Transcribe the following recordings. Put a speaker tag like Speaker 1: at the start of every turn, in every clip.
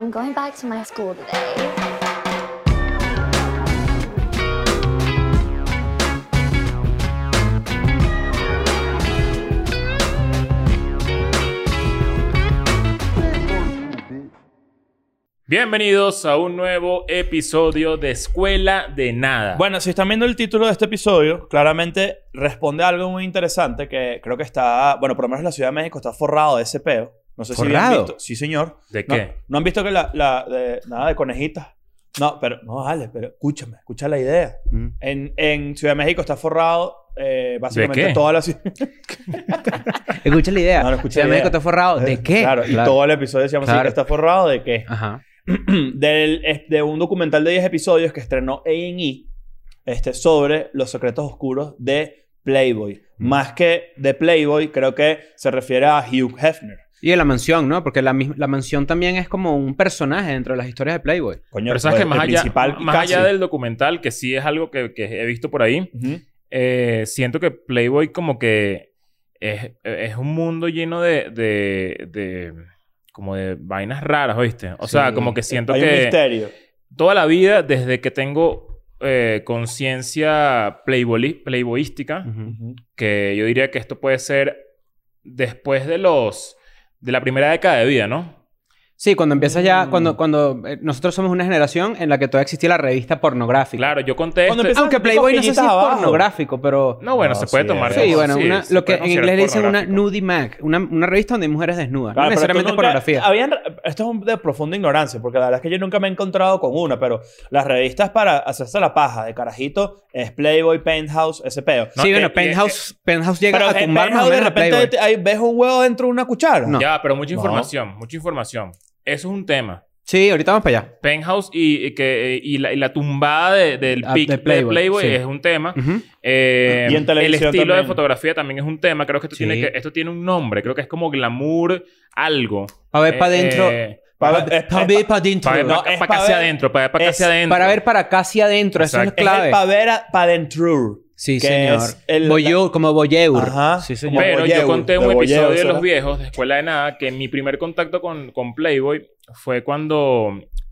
Speaker 1: I'm going back to my school today.
Speaker 2: Bienvenidos a un nuevo episodio de Escuela de Nada.
Speaker 3: Bueno, si están viendo el título de este episodio, claramente responde a algo muy interesante que creo que está, bueno, por lo menos la Ciudad de México está forrado de ese peo. No sé si
Speaker 4: ¿Forrado?
Speaker 3: han visto. Sí, señor.
Speaker 2: ¿De
Speaker 3: No-
Speaker 2: qué?
Speaker 3: No, han visto que la, la de- nada de conejitas. No, pero no vale, pero escúchame, escucha la idea.
Speaker 4: Mm.
Speaker 3: En, en Ciudad de México está forrado eh, básicamente
Speaker 2: qué?
Speaker 3: toda la ciudad.
Speaker 4: Escucha la idea.
Speaker 3: No, no escuché la
Speaker 4: Si
Speaker 3: idea.
Speaker 4: México está forrado. ¿De qué?
Speaker 3: Claro, y todo el episodio se llama así,
Speaker 4: Claro. Ah,
Speaker 3: que está forrado de qué.
Speaker 4: Ajá.
Speaker 3: del- es- de un documental de 10 episodios que estrenó A&E este, sobre los secretos oscuros de Playboy. Más que de Playboy, creo que se refiere a Hugh Hefner.
Speaker 4: Y de la mansión, ¿no? Porque la, mis- la mansión también es como un personaje dentro de las historias de Playboy.
Speaker 3: Coño, pues,
Speaker 2: Pero sabes
Speaker 3: el-
Speaker 2: que más
Speaker 3: el
Speaker 2: allá,
Speaker 3: principal
Speaker 2: más
Speaker 3: casi.
Speaker 2: allá del documental, que sí es algo que, que he visto por ahí,
Speaker 3: Ujú.
Speaker 2: eh, siento que Playboy como que es, es un mundo lleno de, de, de- como de vainas raras, ¿oíste? O
Speaker 4: Sí.
Speaker 2: sea, como que siento
Speaker 3: Hay un
Speaker 2: que
Speaker 3: misterio.
Speaker 2: toda la vida, desde que tengo eh, conciencia playboy, playboyística,
Speaker 3: Ujú.
Speaker 2: que yo diría que esto puede ser después de los... de la primera década de vida, ¿no?
Speaker 4: Sí, cuando empiezas ya...
Speaker 3: Mm.
Speaker 4: Cuando, cuando eh, nosotros somos una generación en la que todavía existía la revista pornográfica.
Speaker 2: Claro, yo conté...
Speaker 3: Cuando
Speaker 2: este-
Speaker 3: empieza-
Speaker 4: Aunque Playboy no sé si es
Speaker 3: Cosquillitas abajo.
Speaker 4: pornográfico, pero...
Speaker 2: No, bueno,
Speaker 3: No,
Speaker 2: se puede
Speaker 3: sí
Speaker 2: tomar...
Speaker 3: es.
Speaker 4: Ah, Sí,
Speaker 2: como-
Speaker 4: bueno, una-
Speaker 2: se
Speaker 4: lo que
Speaker 2: puede
Speaker 4: en inglés
Speaker 2: considerar
Speaker 4: le dicen una
Speaker 2: pornográfico.
Speaker 4: nudie mag, una, una revista donde hay mujeres desnudas, no
Speaker 3: Claro, pero tú
Speaker 4: necesariamente
Speaker 3: nunca-
Speaker 4: pornografía.
Speaker 3: Habían, esto es un- de profunda ignorancia, porque la verdad es que yo nunca me he encontrado con una, pero las revistas para hacerse la paja de carajito es Playboy, Penthouse, ese peo.
Speaker 2: No,
Speaker 4: sí,
Speaker 2: eh,
Speaker 4: bueno,
Speaker 2: eh,
Speaker 4: Penthouse, Penthouse llega
Speaker 3: Pero
Speaker 4: a
Speaker 3: en
Speaker 4: tumbar más o
Speaker 3: Penthouse de
Speaker 4: menos a Playboy.
Speaker 3: repente te- ahí ves un huevo dentro de una cuchara.
Speaker 4: No.
Speaker 2: Ya, pero mucha
Speaker 3: No.
Speaker 2: información, mucha información. Eso es un tema.
Speaker 4: Sí, ahorita vamos para allá.
Speaker 2: Penthouse y, y que, eh, y, la, y la tumbada de- del
Speaker 4: Ah,
Speaker 2: pic
Speaker 4: de
Speaker 2: de Playboy,
Speaker 4: Playboy, sí.
Speaker 2: es un tema.
Speaker 4: Ujú.
Speaker 2: Eh,
Speaker 3: Y en televisión
Speaker 2: El estilo de
Speaker 3: también.
Speaker 2: fotografía también es un tema. Creo que esto,
Speaker 4: Sí.
Speaker 2: tiene, que, esto tiene un nombre. Creo que es como glamour algo.
Speaker 4: Para ver
Speaker 2: Eh,
Speaker 4: para adentro.
Speaker 2: eh,
Speaker 3: Para ver- es-
Speaker 4: Para
Speaker 3: es-
Speaker 4: ver para adentro.
Speaker 2: para ver
Speaker 3: No,
Speaker 2: para,
Speaker 3: es
Speaker 2: para
Speaker 3: pa'
Speaker 2: acá hacia
Speaker 3: ver-
Speaker 2: adentro. Para, ver para acá
Speaker 3: es-
Speaker 2: hacia adentro.
Speaker 4: Para ver para acá hacia adentro, eso es
Speaker 2: Exacto.
Speaker 4: la clave.
Speaker 3: Es el pavera pa' dentro.
Speaker 4: Sí,
Speaker 3: que
Speaker 4: señor.
Speaker 3: es el-
Speaker 4: Voyeur, como voyeur.
Speaker 3: Ajá.
Speaker 4: Sí,
Speaker 3: Como
Speaker 4: señor.
Speaker 2: Pero yo
Speaker 3: voyeur,
Speaker 2: conté
Speaker 3: de
Speaker 2: un
Speaker 3: voyeur,
Speaker 2: episodio de
Speaker 3: ¿será?
Speaker 2: Los Viejos, de Escuela de Nada, que mi primer contacto con, con Playboy fue cuando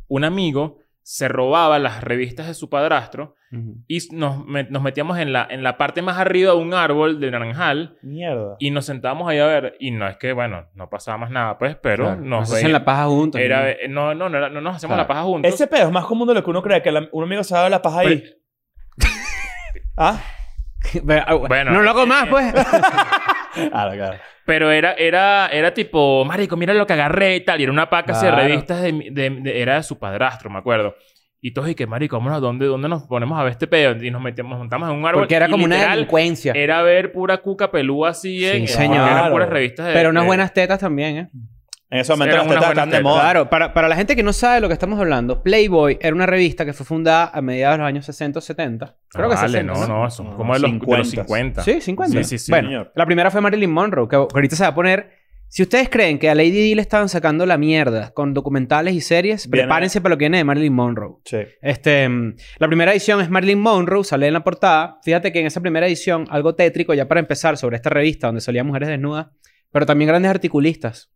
Speaker 2: un amigo se robaba las revistas de su padrastro
Speaker 4: Ujú.
Speaker 2: y nos, me- nos metíamos en la, en la parte más arriba de un árbol de naranjal
Speaker 3: Mierda.
Speaker 2: y nos sentábamos ahí a ver. Y no es que, bueno, no pasaba más nada, pues, pero
Speaker 4: Claro.
Speaker 2: nos
Speaker 4: se hacen
Speaker 2: veía-
Speaker 4: la paja juntos.
Speaker 2: era,
Speaker 4: ¿no?
Speaker 2: eh, no, no, no, era- no nos hacemos
Speaker 4: Claro.
Speaker 2: la paja juntos.
Speaker 3: Ese pedo es más común de lo que uno cree, que la- un amigo se da la paja ahí. ¿Ah?
Speaker 4: Pero, ah,
Speaker 2: Bueno,
Speaker 4: no lo hago
Speaker 2: eh,
Speaker 4: más, pues.
Speaker 3: Claro, claro.
Speaker 2: Pero era, era, era tipo, marico, mira lo que agarré y tal. Y era una paca así de
Speaker 4: Claro.
Speaker 2: revistas de, mi- de- de- era de su padrastro, me acuerdo. Y todos, y que marico, vámonos, ¿dónde, ¿dónde nos ponemos a ver este pedo? Y nos metemos, montamos en un árbol.
Speaker 4: Porque era
Speaker 2: y
Speaker 4: como una
Speaker 2: literal,
Speaker 4: delincuencia.
Speaker 2: Era ver pura cuca pelúa así en...
Speaker 4: Sí,
Speaker 2: porque
Speaker 4: señor.
Speaker 2: Eran puras revistas de...
Speaker 4: Pero unas
Speaker 2: de-
Speaker 4: buenas tetas también, ¿eh?
Speaker 3: En ese momento
Speaker 2: Eran
Speaker 3: las
Speaker 2: unas
Speaker 3: tetas
Speaker 2: buenas
Speaker 3: están de
Speaker 2: tetas.
Speaker 3: moda.
Speaker 4: Claro, para, para la gente que no sabe de lo que estamos hablando, Playboy era una revista que fue fundada a mediados de los años 60 o 70.
Speaker 2: No,
Speaker 4: Creo que
Speaker 2: Ah, vale,
Speaker 4: 60.
Speaker 2: no, no. Son como de los de los 50.
Speaker 4: Sí, 50.
Speaker 2: Sí, sí, sí.
Speaker 4: Bueno,
Speaker 3: señor.
Speaker 4: la primera fue Marilyn Monroe, que ahorita se va a poner. Si ustedes creen que a Lady Di le estaban sacando la mierda con documentales y series,
Speaker 3: Viene-
Speaker 4: prepárense para lo que viene de Marilyn Monroe.
Speaker 3: Sí.
Speaker 4: Este, mm, la primera edición es Marilyn Monroe, sale en la portada. Fíjate que en esa primera edición, algo tétrico ya para empezar sobre esta revista donde salían mujeres desnudas, pero también grandes articulistas.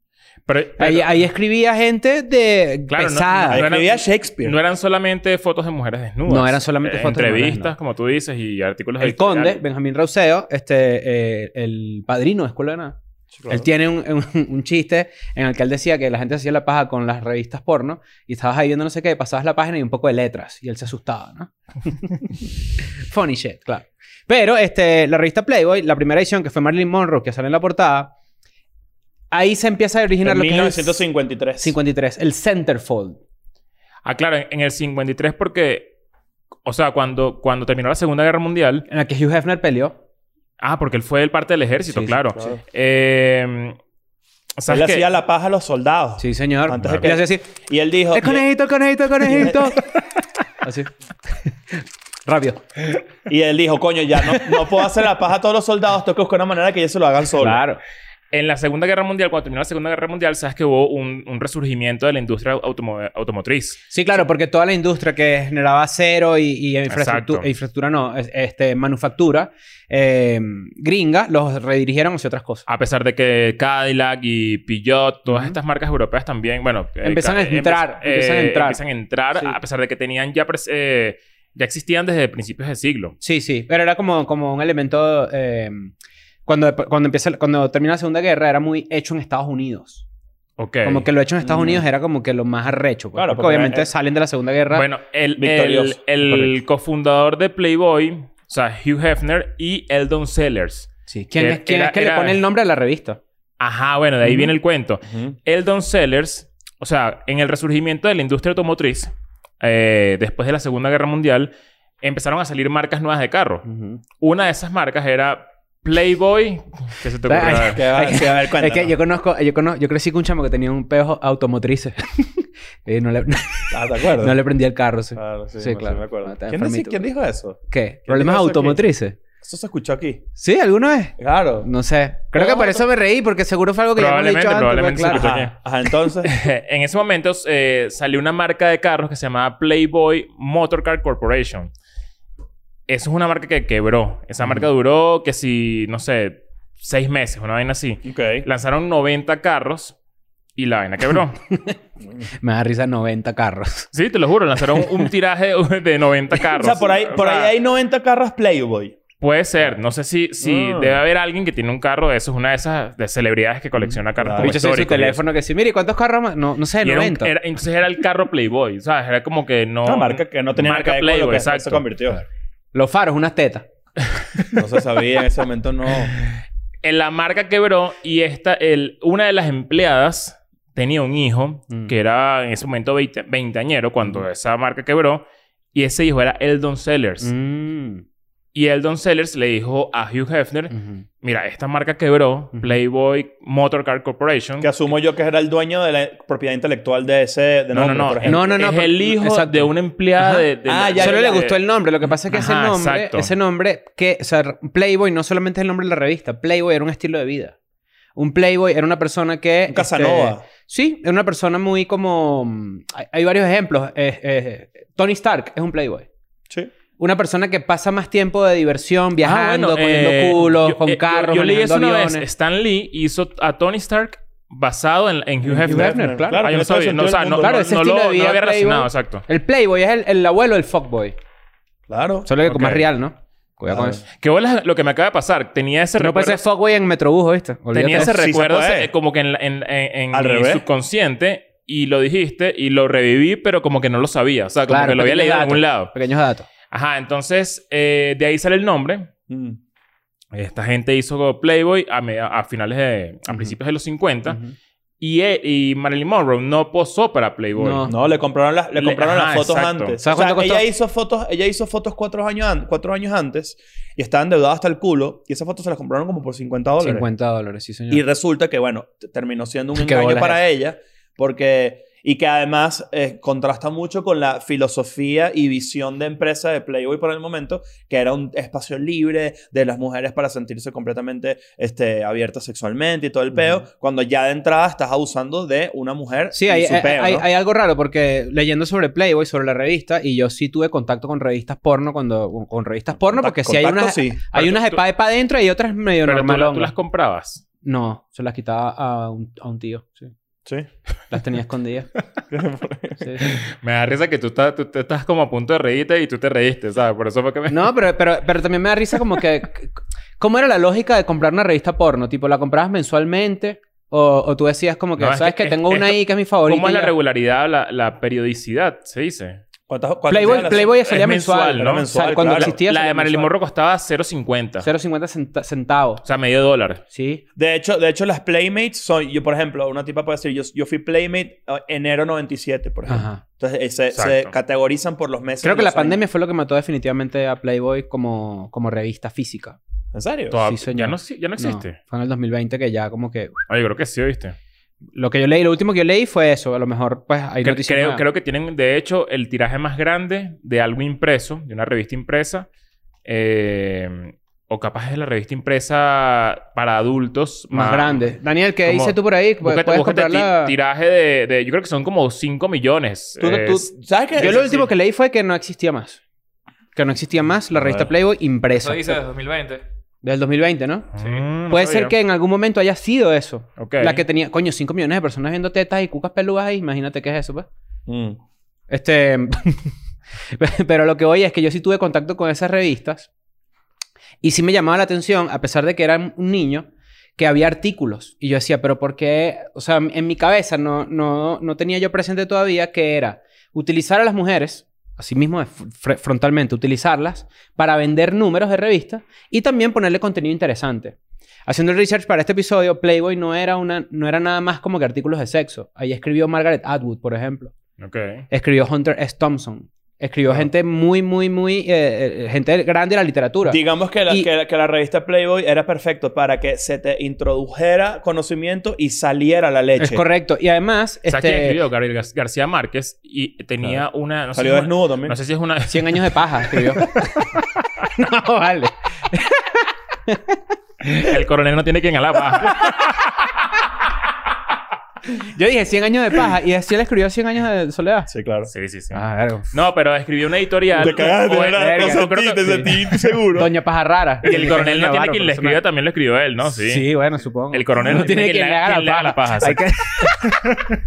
Speaker 2: Pero, pero-
Speaker 4: ahí, ahí escribía gente de
Speaker 2: Claro, no-
Speaker 4: pesada.
Speaker 3: Ahí
Speaker 2: no eran-
Speaker 3: escribía Shakespeare.
Speaker 2: No eran solamente fotos de mujeres desnudas. Eh,
Speaker 4: No eran solamente fotos de mujeres,
Speaker 2: Entrevistas,
Speaker 4: no.
Speaker 2: como tú dices, y artículos
Speaker 4: el conde,
Speaker 2: editoriales.
Speaker 4: Benjamín Rauseo, este, eh, el padrino de Escuela de Nada.
Speaker 3: Sí, claro.
Speaker 4: Él tiene un, un- un chiste en el que él decía que la gente hacía la paja con las revistas porno y estabas ahí viendo no sé qué, pasabas la página y un poco de letras y él se asustaba, ¿no? Funny shit, claro. Pero este, la revista Playboy, la primera edición que fue Marilyn Monroe, que sale en la portada, ahí se empieza a originar
Speaker 3: En
Speaker 4: lo que es el
Speaker 3: 1953.
Speaker 4: 53, el centerfold.
Speaker 2: Ah, claro, en, en el 53 porque... O sea, cuando, cuando terminó la Segunda Guerra Mundial...
Speaker 4: En la que Hugh Hefner peleó.
Speaker 2: Ah, porque él fue el parte del ejército,
Speaker 4: Sí, sí,
Speaker 2: claro.
Speaker 3: claro.
Speaker 2: Eh,
Speaker 3: Él
Speaker 2: ¿Sabes
Speaker 3: le hacía
Speaker 2: qué?
Speaker 3: la paja a los soldados.
Speaker 4: Sí, señor.
Speaker 3: Antes
Speaker 4: Antes de
Speaker 3: de que-
Speaker 4: así,
Speaker 3: Y él dijo...
Speaker 4: el conejito, el conejito, el conejito. así. Rápido.
Speaker 3: Y él dijo, coño, ya no, no puedo hacer la paja a todos los soldados. Tengo que buscar una manera que ellos se lo hagan solo.
Speaker 4: Claro.
Speaker 2: En la Segunda Guerra Mundial, cuando terminó la Segunda Guerra Mundial, sabes que hubo un, un resurgimiento de la industria automo- automotriz.
Speaker 4: Sí, claro, porque toda la industria que generaba acero y, y infraestructura,
Speaker 2: Exacto.
Speaker 4: infraestructura no, es- este, manufactura eh, gringa, los redirigieron hacia otras cosas.
Speaker 2: A pesar de que Cadillac y Peugeot, todas
Speaker 4: Ujú.
Speaker 2: estas marcas europeas también, bueno... eh,
Speaker 4: Empiezan a
Speaker 2: empe-
Speaker 4: entrar, empiezan a entrar.
Speaker 2: Empiezan a entrar,
Speaker 4: Sí.
Speaker 2: a pesar de que tenían ya... pres- eh, ya existían desde principios del siglo.
Speaker 4: Sí, sí, pero era como, como un elemento... eh, cuando, cuando, empieza, cuando termina la Segunda Guerra era muy hecho en Estados Unidos.
Speaker 2: Ok.
Speaker 4: Como que lo hecho en Estados
Speaker 3: Mm.
Speaker 4: Unidos era como que lo más arrecho. pues, porque
Speaker 3: Claro, porque
Speaker 4: obviamente
Speaker 3: era-
Speaker 4: salen de la Segunda Guerra.
Speaker 2: eh, Bueno, el, el,
Speaker 3: Victorioso.
Speaker 2: el
Speaker 3: Correcto.
Speaker 2: cofundador de Playboy, o sea, Hugh Hefner y Eldon Sellers.
Speaker 4: sí. ¿Quién,
Speaker 2: que
Speaker 4: es, quién
Speaker 2: eh, era-
Speaker 4: es que
Speaker 2: era-
Speaker 4: le pone el nombre a la revista?
Speaker 2: Ajá, bueno, de ahí
Speaker 4: Ujú.
Speaker 2: viene el cuento. Eldon Sellers, o sea, en el resurgimiento de la industria automotriz, eh, después de la Segunda Guerra Mundial, empezaron a salir marcas nuevas de carro. Una de esas marcas era Playboy. ¿Qué se te ocurre?
Speaker 3: Que va- que va a haber cuenta,
Speaker 4: Es que
Speaker 3: ¿no?
Speaker 4: yo conozco, yo conozco, yo crecí con un chamo que tenía un pejo automotrices. y no le,
Speaker 3: Ah, ¿te acuerdas?
Speaker 4: no le prendía el carro, sí.
Speaker 3: Claro, sí,
Speaker 4: Sí,
Speaker 3: me- sí
Speaker 4: claro.
Speaker 3: me acuerdo.
Speaker 4: Ah, está
Speaker 3: ¿Quién, dice-
Speaker 4: enfermito.
Speaker 3: quién dijo eso?
Speaker 4: ¿Qué?
Speaker 3: ¿Quién
Speaker 4: ¿Problemas
Speaker 3: dijo eso aquí?
Speaker 4: automotrices?
Speaker 3: Eso se escuchó aquí.
Speaker 4: Sí, alguna vez.
Speaker 3: Claro.
Speaker 4: No sé. Creo que
Speaker 3: Pero
Speaker 4: por
Speaker 3: no-
Speaker 4: eso me reí, porque seguro fue algo que ya hemos dicho antes.
Speaker 2: Probablemente,
Speaker 4: pero
Speaker 2: probablemente
Speaker 4: claro.
Speaker 2: se
Speaker 3: Ajá, ajá, entonces.
Speaker 2: en ese momento eh, salió una marca de carros que se llamaba Playboy Motor Car Corporation. Eso es una marca que quebró. Esa marca duró que si, no sé, seis meses, una vaina así.
Speaker 3: ok.
Speaker 2: Lanzaron 90 carros y la vaina quebró.
Speaker 4: Me da risa 90 carros.
Speaker 2: sí, te lo juro, lanzaron un tiraje de 90
Speaker 3: O
Speaker 2: carros.
Speaker 3: sea, por ahí, por
Speaker 2: O sea,
Speaker 3: ahí hay 90 carros Playboy.
Speaker 2: Puede ser, no sé si, si
Speaker 3: Ah.
Speaker 2: debe haber alguien que tiene un carro de esos, una de esas de celebridades que colecciona carros.
Speaker 3: Claro.
Speaker 2: como
Speaker 4: Bicho, sí, su
Speaker 2: Ah, históricos y eso.
Speaker 4: teléfono que sí. Mire, ¿cuántos carros más? No, no sé,
Speaker 2: Y era un-
Speaker 4: 90.
Speaker 2: era- entonces era el carro Playboy, ¿sabes? Era como que no.
Speaker 3: Una marca que no tenía
Speaker 2: marca
Speaker 3: nada que ver con lo
Speaker 2: Playboy,
Speaker 3: que
Speaker 2: exacto.
Speaker 3: se convirtió.
Speaker 4: Los faros, unas tetas.
Speaker 3: No se sabía en ese momento, no.
Speaker 2: Eh, La marca quebró y esta, el, una de las empleadas tenía un hijo
Speaker 4: Mm.
Speaker 2: que era en ese momento veinte- veinteañero
Speaker 3: Mm.
Speaker 2: cuando esa marca quebró. Y ese hijo era Eldon Sellers.
Speaker 4: Mm.
Speaker 2: Y Eldon Sellers le dijo a Hugh
Speaker 3: Mm.
Speaker 2: Hefner:
Speaker 4: Ujú.
Speaker 2: Mira, esta marca quebró,
Speaker 4: Ujú.
Speaker 2: Playboy Motor Car Corporation.
Speaker 3: Que asumo yo que era el dueño de la propiedad intelectual de ese.
Speaker 2: No,
Speaker 3: De
Speaker 2: no,
Speaker 3: nombre,
Speaker 2: no.
Speaker 3: por ejemplo.
Speaker 4: No, no, no,
Speaker 2: Es
Speaker 4: pero-
Speaker 2: el hijo
Speaker 4: exacto.
Speaker 2: de una empleada
Speaker 4: Ajá.
Speaker 2: de, de
Speaker 3: Ah,
Speaker 2: la-
Speaker 3: ya,
Speaker 4: Solo
Speaker 3: ya,
Speaker 4: le
Speaker 3: ya.
Speaker 4: gustó el nombre. Lo que pasa es que ese
Speaker 2: Ajá,
Speaker 4: nombre,
Speaker 2: exacto.
Speaker 4: ese nombre, que, o sea, Playboy no solamente es el nombre de la revista. Playboy era un estilo de vida. Un Playboy era una persona que.
Speaker 3: Un
Speaker 4: este,
Speaker 3: Casanova.
Speaker 4: sí, era una persona muy como. mm, Hay, hay varios ejemplos. Eh, eh, Tony Stark es un Playboy.
Speaker 2: este,
Speaker 3: Sí.
Speaker 4: Una persona que pasa más tiempo de diversión, viajando,
Speaker 2: Ah, bueno,
Speaker 4: comiendo
Speaker 2: eh,
Speaker 4: culos,
Speaker 2: yo-
Speaker 4: con
Speaker 2: eh, yo-
Speaker 4: carros,
Speaker 2: Yo, leí
Speaker 4: manejando
Speaker 2: eso una
Speaker 4: aviones.
Speaker 2: vez. Stan Lee hizo a Tony Stark basado en, en Hugh
Speaker 4: Hugh
Speaker 2: Hefner.
Speaker 4: Hefner, claro.
Speaker 2: Ah, yo
Speaker 3: tiene
Speaker 2: no
Speaker 3: todo el
Speaker 2: sabía. No,
Speaker 3: sentido
Speaker 2: o sea,
Speaker 3: del
Speaker 2: no,
Speaker 3: mundo.
Speaker 4: Claro,
Speaker 2: no-
Speaker 4: ese
Speaker 2: no
Speaker 4: estilo
Speaker 2: lo,
Speaker 4: de
Speaker 2: no lo
Speaker 4: vida
Speaker 2: había relacionado,
Speaker 4: Playboy.
Speaker 2: exacto.
Speaker 4: El Playboy es el, el abuelo del fuckboy.
Speaker 3: Claro.
Speaker 4: Solo que con
Speaker 2: Ok.
Speaker 4: más real, ¿no? Cuidado con
Speaker 3: Claro.
Speaker 4: eso.
Speaker 2: Que bolas lo que me acaba de pasar. Tenía ese
Speaker 4: Tú no puedes
Speaker 2: recuerdo.
Speaker 4: ser fuckboy en Metrobús, ¿viste? Olvídate
Speaker 2: tenía
Speaker 4: de
Speaker 2: ese
Speaker 3: Sí se
Speaker 2: recuerdo
Speaker 3: puede.
Speaker 2: eh, como que en, la- en, en, en
Speaker 3: Al
Speaker 2: mi
Speaker 3: revés.
Speaker 2: subconsciente. Y lo dijiste y lo reviví, pero como que no lo sabía. O sea, como
Speaker 4: Claro,
Speaker 2: que lo había
Speaker 4: pequeños
Speaker 2: leído en
Speaker 4: datos.
Speaker 2: algún lado.
Speaker 4: Pequeños datos.
Speaker 2: Ajá, entonces eh, de ahí sale el nombre.
Speaker 3: Mm.
Speaker 2: Esta gente hizo Playboy a, me- a finales de... A
Speaker 4: Ujú.
Speaker 2: principios de los 50.
Speaker 3: mm,
Speaker 4: Ujú.
Speaker 2: Y, eh, y Marilyn Monroe no posó para Playboy.
Speaker 4: No.
Speaker 3: No, le compraron las, le
Speaker 2: Le-
Speaker 3: compraron
Speaker 2: ajá,
Speaker 3: las fotos
Speaker 2: exacto.
Speaker 3: antes.
Speaker 4: ¿Sabes
Speaker 3: O sea,
Speaker 4: cuánto costó?
Speaker 3: ella hizo fotos, ella hizo fotos cuatro años, an- cuatro años antes y estaba endeudada hasta el culo. Y esas fotos se las compraron como por 50 dólares.
Speaker 4: 50 dólares, sí, señor.
Speaker 3: Y resulta que, bueno, t- terminó siendo un
Speaker 4: Qué
Speaker 3: engaño
Speaker 4: bolas
Speaker 3: para ella, porque. Y que además eh, contrasta mucho con la filosofía y visión de empresa de Playboy por el momento, que era un espacio libre de las mujeres para sentirse completamente este, abiertas sexualmente y todo el peo, cuando ya de entrada estás abusando de una mujer
Speaker 4: Sí,
Speaker 3: y
Speaker 4: hay,
Speaker 3: su
Speaker 4: hay-
Speaker 3: peo,
Speaker 4: hay-
Speaker 3: ¿no?
Speaker 4: hay algo raro porque leyendo sobre Playboy, sobre la revista, y yo sí tuve contacto con revistas porno cuando... Con, con revistas porno porque sí hay
Speaker 3: Contacto,
Speaker 4: unas...
Speaker 3: sí.
Speaker 4: Hay
Speaker 2: Pero
Speaker 4: unas de
Speaker 2: tú-
Speaker 4: pa' de pa' adentro y otras medio
Speaker 2: Pero tú, la-
Speaker 4: normal.
Speaker 2: tú las comprabas.
Speaker 4: No, se las quitaba a un, a un tío. sí.
Speaker 3: Sí.
Speaker 4: Las tenía escondidas. Sí, sí.
Speaker 2: Me da risa que tú estás, tú, tú estás como a punto de reírte y tú te reíste, ¿sabes? Por eso fue que me...
Speaker 4: No, pero, pero, pero también me da risa como que... c- ¿Cómo era la lógica de comprar una revista porno? Tipo, ¿la comprabas mensualmente? O, o tú decías como que,
Speaker 2: No, es
Speaker 4: ¿sabes
Speaker 2: que
Speaker 4: que,
Speaker 2: es-
Speaker 4: tengo una
Speaker 2: esto-
Speaker 4: ahí que es mi favorita?
Speaker 2: ¿Cómo es
Speaker 4: y
Speaker 2: la
Speaker 4: ya"?
Speaker 2: regularidad, la, la periodicidad, se dice?
Speaker 3: ¿Cuántas- cuántas
Speaker 4: Playboy,
Speaker 3: eran las-
Speaker 4: Playboy salía
Speaker 2: Es mensual,
Speaker 4: mensual.
Speaker 2: ¿no?
Speaker 4: O sea,
Speaker 3: Mensual,
Speaker 4: cuando
Speaker 3: claro.
Speaker 4: existía
Speaker 2: la
Speaker 4: salía
Speaker 2: de Marilyn
Speaker 4: mensual.
Speaker 2: Monroe costaba 0.50.
Speaker 4: 0.50 centa- centavos.
Speaker 2: O sea, medio dólar.
Speaker 4: Sí.
Speaker 3: De hecho, de hecho, las Playmates son... Yo, por ejemplo, una tipa puede decir, yo, yo fui Playmate eh, enero 97, por ejemplo.
Speaker 4: Ajá.
Speaker 3: Entonces, eh, se,
Speaker 2: Exacto.
Speaker 3: se categorizan por los meses.
Speaker 4: Creo
Speaker 3: y
Speaker 4: que la
Speaker 3: los años.
Speaker 4: pandemia fue lo que mató definitivamente a Playboy como, como revista física.
Speaker 3: ¿En serio?
Speaker 2: Toda-
Speaker 4: Sí, señor.
Speaker 2: ya, no, ya no existe.
Speaker 4: fue en el 2020 que ya como que...
Speaker 2: Oye, creo que sí, ¿viste?
Speaker 4: Lo que yo leí, lo último que yo leí fue eso. A lo mejor pues hay noticias
Speaker 2: creo,
Speaker 4: nuevas.
Speaker 2: creo que tienen, de hecho, el tiraje más grande de algo impreso, de una revista impresa. eh, o capaz es la revista impresa para adultos
Speaker 4: Más grande. Daniel, ¿qué
Speaker 2: Ah. como-
Speaker 4: dices tú por ahí? Pu-
Speaker 2: Búscate,
Speaker 4: Puedes
Speaker 2: búscate ti-
Speaker 4: comprarla.
Speaker 2: tiraje de, de- Yo creo que son como 5 millones.
Speaker 3: Tú,
Speaker 2: eh,
Speaker 3: tú- ¿Sabes qué?
Speaker 4: Yo lo último que leí fue que no existía más. Que no
Speaker 2: Mm,
Speaker 4: existía más la revista
Speaker 3: Bueno.
Speaker 4: Playboy impresa.
Speaker 5: Eso dice desde 2020.
Speaker 4: Del 2020, ¿no?
Speaker 5: Sí.
Speaker 2: mm, no
Speaker 4: Puede
Speaker 2: sabía.
Speaker 4: ser que en algún momento haya sido eso.
Speaker 2: Ok.
Speaker 4: La que tenía, coño, 5 millones de personas viendo tetas y cucas peludas ahí. Imagínate qué es eso, pues.
Speaker 3: Mm.
Speaker 4: Este. Pero lo que oye es que yo sí tuve contacto con esas revistas. Y sí me llamaba la atención, a pesar de que era un niño, que había artículos. Y yo decía, pero ¿por qué? O sea, en mi cabeza no, no, no tenía yo presente todavía que era utilizar a las mujeres, así mismo de fr- frontalmente, utilizarlas para vender números de revistas y también ponerle contenido interesante. Haciendo el research para este episodio, Playboy no era, una, no era nada más como que artículos de sexo. Ahí escribió Margaret Atwood, por ejemplo.
Speaker 2: Ok.
Speaker 4: Escribió Hunter S. Thompson. Escribió gente muy, muy, muy... eh, eh, gente grande de la literatura.
Speaker 3: Digamos que la,
Speaker 4: Y-
Speaker 3: que, la- que la revista Playboy era perfecto para que se te introdujera conocimiento y saliera la leche.
Speaker 4: es correcto. Y además,
Speaker 2: ¿Sabes quién
Speaker 4: este,
Speaker 2: escribió? Gabriel Gar- García Márquez. Y tenía una... No sé
Speaker 3: Salió
Speaker 2: si-
Speaker 3: desnudo también.
Speaker 2: No sé si es una...
Speaker 4: 100 años de paja escribió. no, vale.
Speaker 2: El coronel no tiene quien a la paja.
Speaker 4: Yo dije 100 años de paja y así le escribió 100 años de soledad.
Speaker 3: Sí, claro.
Speaker 2: sí, sí, sí.
Speaker 4: Ah, claro.
Speaker 2: No, pero escribió una editorial.
Speaker 3: Te cagaste,
Speaker 2: O-
Speaker 3: ¿verdad?
Speaker 2: verga,
Speaker 3: Lo
Speaker 2: yo creo
Speaker 3: sentí,
Speaker 2: que-
Speaker 3: te
Speaker 2: sí.
Speaker 3: sentí seguro.
Speaker 4: Doña Paja Rara.
Speaker 2: Y el coronel no tiene quien le escriba,
Speaker 4: escribió
Speaker 2: también lo escribió él, ¿no? Sí.
Speaker 4: Sí, bueno, supongo.
Speaker 2: El coronel
Speaker 4: no tiene quien le haga la paja. Hay
Speaker 2: sí.
Speaker 4: que-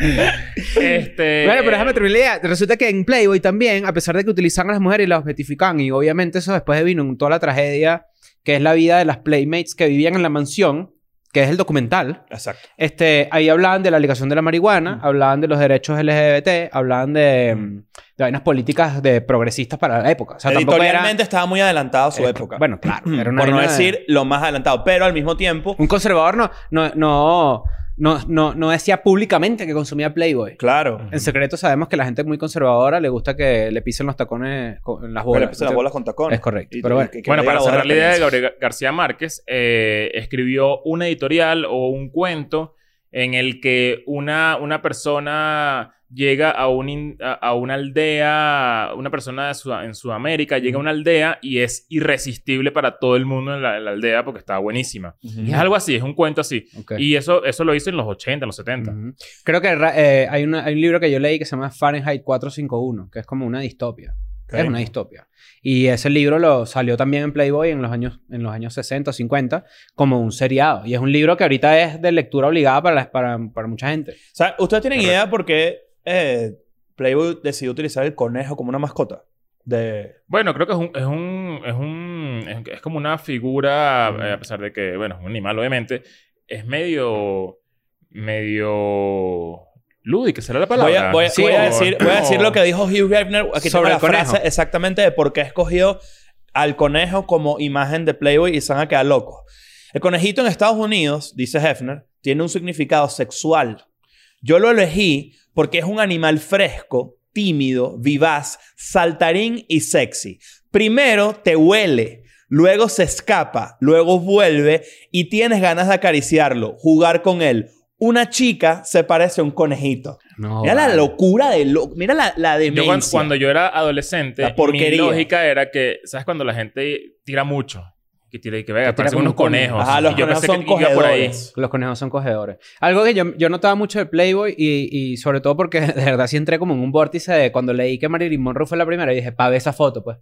Speaker 3: Eh,
Speaker 2: Este...
Speaker 4: Bueno, pero déjame terminar la idea. Resulta que en Playboy también, a pesar de que utilizan a las mujeres y las objetifican, y obviamente eso después vino en toda la tragedia que es la vida de las Playmates que vivían en la mansión, que es el documental.
Speaker 3: Exacto.
Speaker 4: Este, ahí hablaban de la ligación de la marihuana, hablaban de los derechos LGBT, hablaban de, de vainas políticas de progresistas para la época. O sea, tampoco era-
Speaker 3: Editorialmente estaba muy adelantado a su
Speaker 4: eh,
Speaker 3: época.
Speaker 4: Bueno, claro. Era una
Speaker 3: Por no
Speaker 4: vaina de-
Speaker 3: decir lo más adelantado. Pero al mismo tiempo,
Speaker 4: Un conservador no, no, no, no, no, no decía públicamente que consumía Playboy.
Speaker 3: claro.
Speaker 4: En secreto sabemos que la gente muy conservadora le gusta que le pisen los tacones con en las
Speaker 3: Pero
Speaker 4: bolas.
Speaker 3: le puse las bolas con tacones.
Speaker 4: Es correcto,
Speaker 3: Y-
Speaker 4: pero
Speaker 3: y-
Speaker 4: bueno.
Speaker 3: que- que
Speaker 2: Bueno,
Speaker 3: me
Speaker 2: para
Speaker 3: diga
Speaker 2: cerrar la idea de
Speaker 3: bola
Speaker 2: Gabriel Gar- García Márquez, eh, escribió una editorial o un cuento en el que una, una persona llega a, un in- a- a una aldea, una persona de Sud- en Sudamérica llega a una aldea y es irresistible para todo el mundo en la, en la aldea porque está buenísima.
Speaker 3: Ujú.
Speaker 2: Y es algo así, es un cuento así.
Speaker 4: Ok.
Speaker 2: Y eso, eso lo hizo en los 80, en los 70.
Speaker 4: Ujú. Creo que ra- eh, hay, una- hay un libro que yo leí que se llama Fahrenheit 451, que es como una distopia.
Speaker 3: Ok.
Speaker 4: Es una distopia. Y ese libro lo salió también en Playboy en los años, en los años 60 o 50 como un seriado. Y es un libro que ahorita es de lectura obligada para, las- para, para mucha gente.
Speaker 3: O sea, ¿ustedes tienen idea por qué eh, Playboy decidió utilizar el conejo como una mascota? De...
Speaker 2: Bueno, creo que es un, es un, es un, es, es como una figura, eh, a pesar de que, bueno, es un animal obviamente, es medio, medio lúdica, será la
Speaker 3: Voy
Speaker 2: palabra.
Speaker 3: a, voy a-
Speaker 4: Sí,
Speaker 3: voy a
Speaker 2: o-
Speaker 3: decir, voy a decir
Speaker 2: o-
Speaker 3: lo que dijo Hugh Hefner. Aquí tengo
Speaker 4: Sobre
Speaker 3: la
Speaker 4: el conejo.
Speaker 3: frase exactamente de por qué escogió al conejo como imagen de Playboy y se van a quedar locos. El conejito en Estados Unidos, dice Hefner, tiene un significado sexual. Yo lo elegí porque es un animal fresco, tímido, vivaz, saltarín y sexy. Primero te huele, luego se escapa, luego vuelve y tienes ganas de acariciarlo, jugar con él. Una chica se parece a un conejito.
Speaker 4: No,
Speaker 3: Mira
Speaker 4: Oh,
Speaker 3: la
Speaker 4: vale.
Speaker 3: locura de lo... Mira la, la demencia.
Speaker 2: Yo cuando, cuando yo era adolescente,
Speaker 3: La
Speaker 2: mi
Speaker 3: porquería.
Speaker 2: lógica era que, ¿sabes? Cuando la gente tira mucho, que tira y que
Speaker 4: Que
Speaker 2: vega,
Speaker 4: tira
Speaker 2: parecen
Speaker 4: como
Speaker 2: unos
Speaker 4: un conejo.
Speaker 2: conejos.
Speaker 3: Ajá, los
Speaker 2: Y yo
Speaker 3: conejos
Speaker 2: pensé que
Speaker 3: son
Speaker 2: iba por ahí.
Speaker 3: cogedores.
Speaker 4: Los conejos son cogedores. Algo que yo, yo notaba mucho de Playboy y, y sobre todo porque de verdad sí entré como en un vórtice de cuando leí que Marilyn Monroe fue la primera y dije, pa' ver esa foto, pues.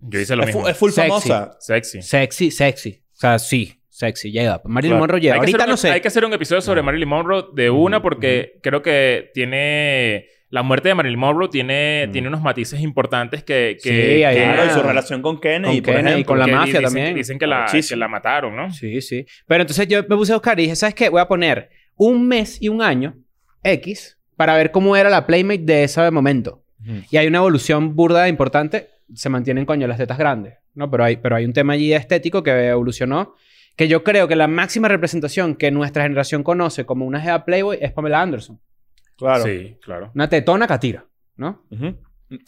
Speaker 2: Yo hice lo
Speaker 3: Es,
Speaker 2: mismo.
Speaker 3: fu- es full
Speaker 4: Sexy.
Speaker 3: famosa.
Speaker 2: Sexy.
Speaker 4: Sexy, sexy. O sea, sí, sexy, llega. Marilyn
Speaker 3: Claro.
Speaker 4: Monroe llega.
Speaker 2: Hay que
Speaker 4: Ahorita
Speaker 2: hacer un-
Speaker 4: no sé.
Speaker 2: Hay que hacer un episodio sobre Marilyn Monroe de una
Speaker 4: Ujú,
Speaker 2: porque creo que tiene... La muerte de Marilyn Monroe tiene,
Speaker 4: Ujú.
Speaker 2: tiene unos matices importantes que... que
Speaker 4: Sí, ahí
Speaker 2: que-
Speaker 4: va.
Speaker 3: Claro, y su
Speaker 4: Ah.
Speaker 3: relación con Kennedy,
Speaker 4: Con
Speaker 3: por
Speaker 4: Kennedy,
Speaker 3: ejemplo.
Speaker 4: con la
Speaker 2: que di-
Speaker 4: mafia
Speaker 2: dicen-
Speaker 4: también.
Speaker 2: Dicen que la,
Speaker 3: Muchísimo.
Speaker 2: que la mataron, ¿no?
Speaker 4: Sí, sí. Pero entonces yo me puse a buscar y dije, ¿sabes qué? Voy a poner un mes y un año X para ver cómo era la Playmate de ese momento.
Speaker 3: Ujú.
Speaker 4: Y hay una evolución burda e importante. Se mantienen, coño, las tetas grandes. ¿no? Pero, hay, pero hay un tema allí estético que evolucionó. Que yo creo que la máxima representación que nuestra generación conoce como una jeva Playboy es Pamela Anderson.
Speaker 3: Claro.
Speaker 2: Sí, claro.
Speaker 4: Una tetona catira, ¿no?
Speaker 3: Ujú.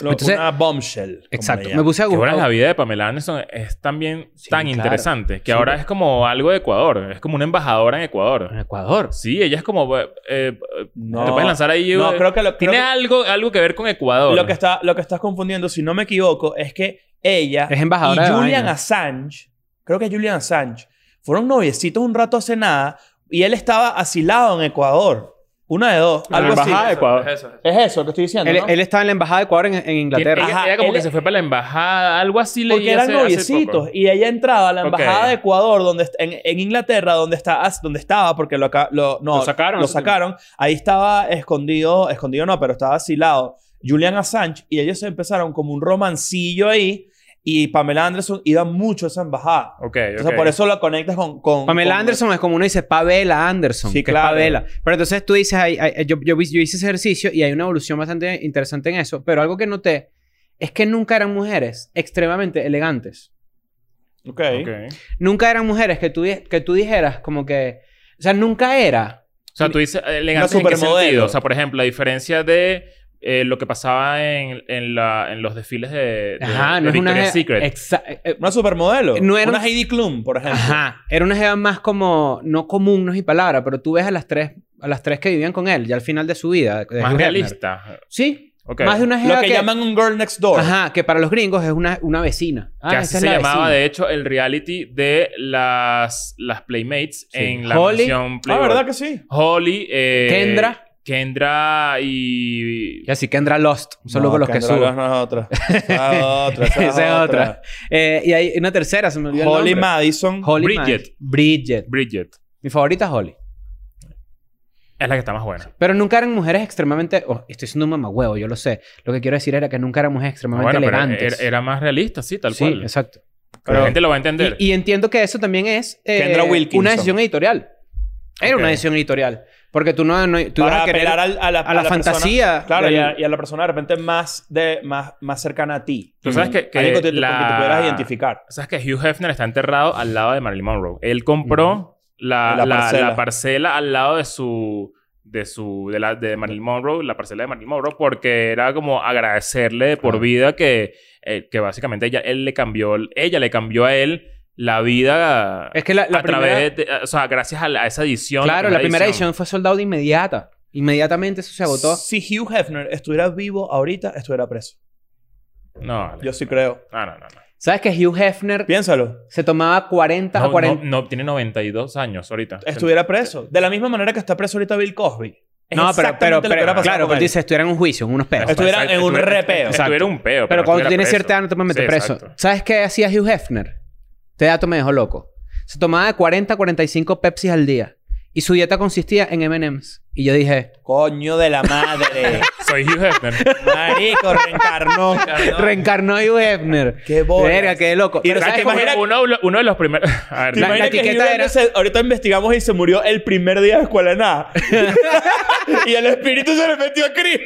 Speaker 3: Lo-
Speaker 4: Entonces-
Speaker 3: una bombshell. como
Speaker 4: Exacto.
Speaker 3: le
Speaker 4: Me
Speaker 3: llaman.
Speaker 4: puse a
Speaker 2: Que ahora
Speaker 4: buscar.
Speaker 2: la vida de Pamela Anderson es también
Speaker 4: Sí,
Speaker 2: tan
Speaker 4: claro.
Speaker 2: interesante.
Speaker 4: Sí.
Speaker 2: Que ahora es como algo de Ecuador. Es como una embajadora en
Speaker 4: En
Speaker 2: Ecuador.
Speaker 4: Ecuador.
Speaker 2: Sí, ella es como... eh, eh,
Speaker 3: No,
Speaker 2: Te puedes lanzar ahí...
Speaker 3: No,
Speaker 2: eh,
Speaker 3: creo que lo,
Speaker 2: Tiene
Speaker 3: creo que-
Speaker 2: algo, algo que ver con Ecuador.
Speaker 3: lo que está, lo que estás confundiendo, si no me equivoco, es que ella
Speaker 4: Es embajadora
Speaker 3: y
Speaker 4: de
Speaker 3: Julian
Speaker 4: vaina.
Speaker 3: Assange, creo que Julian Assange, fueron noviecitos un rato hace nada y él estaba asilado en Ecuador. Una de dos,
Speaker 5: La
Speaker 3: algo así.
Speaker 5: embajada de Ecuador.
Speaker 6: Es eso, es eso.
Speaker 3: Es eso que estoy diciendo,
Speaker 4: Él,
Speaker 3: ¿no?
Speaker 4: él estaba en la embajada de Ecuador en, en
Speaker 2: Tiene-
Speaker 4: Inglaterra.
Speaker 2: ella,
Speaker 3: Ajá,
Speaker 2: ella como
Speaker 3: él
Speaker 2: que
Speaker 3: es-
Speaker 2: se fue para la embajada. Algo así leí
Speaker 3: Porque eran
Speaker 2: hace- hace
Speaker 3: noviecitos
Speaker 2: poco.
Speaker 3: y ella entraba a la embajada
Speaker 2: Ok.
Speaker 3: de Ecuador donde est- en, en Inglaterra donde está as- donde estaba porque lo, aca- lo- no,
Speaker 5: Lo sacaron,
Speaker 3: lo
Speaker 5: hace tiempo.
Speaker 3: sacaron ahí estaba escondido escondido no pero estaba asilado Julian Assange y ellos empezaron como un romancillo ahí y Pamela Anderson iba mucho a esa embajada
Speaker 2: Ok,
Speaker 3: entonces
Speaker 2: ok.
Speaker 3: por eso lo conectas con, con
Speaker 4: Pamela
Speaker 3: con-
Speaker 4: Anderson es como uno dice Pavela Anderson.
Speaker 3: Sí,
Speaker 4: que
Speaker 3: claro.
Speaker 4: Es Pavela. Pero entonces tú dices, ahí- ahí- yo, yo vi- yo hice ese ejercicio y hay una evolución bastante interesante en eso. Pero algo que noté es que nunca eran mujeres extremadamente elegantes.
Speaker 3: Ok.
Speaker 2: Ok.
Speaker 4: Nunca eran mujeres que tú, di- que tú dijeras como que... O sea, nunca era.
Speaker 2: O sea, tú dices elegante en qué
Speaker 3: supermodelo.
Speaker 2: sentido. O sea, por ejemplo, a diferencia de eh, lo que pasaba en, en, la, en los desfiles de, de, de Eh, Victoria's Secret.
Speaker 4: Exa- eh, eh,
Speaker 3: una supermodelo
Speaker 4: No era
Speaker 3: una
Speaker 4: un-
Speaker 3: Heidi Klum por ejemplo
Speaker 4: Ajá. Era una jeva más como... No común, no es mi palabra, pero tú ves a las tres... A las tres que vivían con él, ya al final de su vida. de Hugh
Speaker 2: más
Speaker 4: Hefner.
Speaker 2: realista.
Speaker 4: Sí.
Speaker 2: Ok.
Speaker 4: Más de una jeva
Speaker 3: lo que, llaman un girl next door
Speaker 4: Ajá, que para los gringos es una, una vecina. Ah,
Speaker 2: que
Speaker 4: esa
Speaker 2: así
Speaker 4: es
Speaker 2: se
Speaker 4: la
Speaker 2: llamaba,
Speaker 4: vecina.
Speaker 2: de hecho, el reality de las, las Playmates en la
Speaker 4: Holly.
Speaker 2: mansión
Speaker 3: ah
Speaker 2: Playboy.
Speaker 3: verdad que sí
Speaker 2: Holly. eh,
Speaker 4: Kendra.
Speaker 2: Kendra y...
Speaker 4: Y así Kendra Lost. Son luego los que
Speaker 3: Kendra Lost
Speaker 4: suben.
Speaker 3: no es otra. Esa es otra. Esa
Speaker 4: Esa
Speaker 3: es
Speaker 4: es
Speaker 3: otra.
Speaker 4: otra. Eh, y hay una tercera, se me olvidó el
Speaker 3: Holly
Speaker 4: nombre.
Speaker 3: Madison.
Speaker 4: Holly
Speaker 2: Bridget.
Speaker 4: Madison. Bridget.
Speaker 2: Bridget.
Speaker 4: Mi favorita es Holly.
Speaker 2: Es la que está más buena.
Speaker 4: Pero nunca eran mujeres extremadamente... oh, estoy siendo un mamagüevo, yo lo sé. Lo que quiero decir era que nunca eran mujeres
Speaker 2: Ah,
Speaker 4: extremadamente
Speaker 2: Bueno, pero
Speaker 4: elegantes.
Speaker 2: era, era más realista, sí, tal
Speaker 4: sí,
Speaker 2: cual.
Speaker 4: exacto.
Speaker 2: Pero la gente lo va a entender.
Speaker 4: Y, y entiendo que eso también es eh,
Speaker 3: Kendra Wilkinson.
Speaker 4: una decisión editorial. Era
Speaker 2: Ok.
Speaker 4: una decisión editorial. Porque tú no... no- tú ibas
Speaker 3: Para
Speaker 4: a querer-
Speaker 3: apelar al- a la,
Speaker 4: a la
Speaker 3: persona-
Speaker 4: fantasía
Speaker 3: claro,
Speaker 4: del-
Speaker 3: y, a, y a la persona de repente más, de, más, más cercana a ti.
Speaker 2: Tú sabes que- que
Speaker 3: Alguien te- con
Speaker 2: la-
Speaker 3: que te pudieras identificar.
Speaker 2: ¿Sabes que Hugh Hefner está enterrado al lado de Marilyn Monroe? Él compró la, la-
Speaker 3: La
Speaker 2: la parcela.
Speaker 3: parcela.
Speaker 2: al lado de su... De su... De, la, de Marilyn Monroe. La parcela de Marilyn Monroe. Porque era como agradecerle de por
Speaker 4: Claro.
Speaker 2: vida que... eh, que básicamente ella, él le cambió... Ella le cambió a él la vida...
Speaker 4: Es que la, la
Speaker 2: a
Speaker 4: primera...
Speaker 2: través de... O sea, gracias a, la- a esa edición.
Speaker 4: Claro, la primera edición fue soldado de inmediata. Inmediatamente eso se agotó.
Speaker 3: Si Hugh Hefner estuviera vivo ahorita, estuviera preso.
Speaker 2: No, vale.
Speaker 3: Yo sí creo.
Speaker 2: No, no, no. no.
Speaker 4: ¿Sabes que Hugh Hefner
Speaker 3: Piénsalo.
Speaker 4: se tomaba 40 a
Speaker 2: No,
Speaker 4: 40?
Speaker 2: no, no, tiene 92 años ahorita.
Speaker 3: Estuviera preso. De la misma manera que está preso ahorita Bill Cosby. Es
Speaker 4: No, pero,
Speaker 3: exactamente
Speaker 4: pero,
Speaker 3: lo que
Speaker 4: pero-
Speaker 3: hubiera pasado
Speaker 4: claro, pues,
Speaker 3: con
Speaker 4: pero
Speaker 3: él.
Speaker 4: tú dices, estuvieran en un juicio, en unos pedos.
Speaker 3: Estuviera-
Speaker 2: Exacto,
Speaker 3: en un
Speaker 2: estuviera-
Speaker 3: repeo.
Speaker 2: Estuviera un peo.
Speaker 4: pero, cuando
Speaker 2: estuviera
Speaker 4: tú tienes
Speaker 2: preso.
Speaker 4: cierta edad no te puedes meter
Speaker 2: Sí,
Speaker 4: preso.
Speaker 2: exacto.
Speaker 4: ¿Sabes qué hacía Hugh Hefner? Este dato me dejó loco. Se tomaba de 40 a 45 Pepsis al día. Y su dieta consistía en M&M's. Y yo dije...
Speaker 3: Coño de la madre.
Speaker 2: Soy Hugh Hefner.
Speaker 3: Marico, reencarnó.
Speaker 4: Reencarnó Hugh Hefner.
Speaker 3: Qué bolas.
Speaker 4: Verga, qué loco.
Speaker 3: Y
Speaker 4: Pero ¿sabes
Speaker 3: ¿sabes qué
Speaker 4: cómo-
Speaker 3: imagina-
Speaker 2: uno, uno de los primeros. A ver,
Speaker 3: ¿Te
Speaker 4: La-
Speaker 3: imaginas
Speaker 4: la
Speaker 3: que
Speaker 4: etiqueta
Speaker 3: Hugh
Speaker 4: era-
Speaker 3: Hefner se- ahorita investigamos y se murió el primer día de escuela de nada. y el espíritu se le metió a Chris.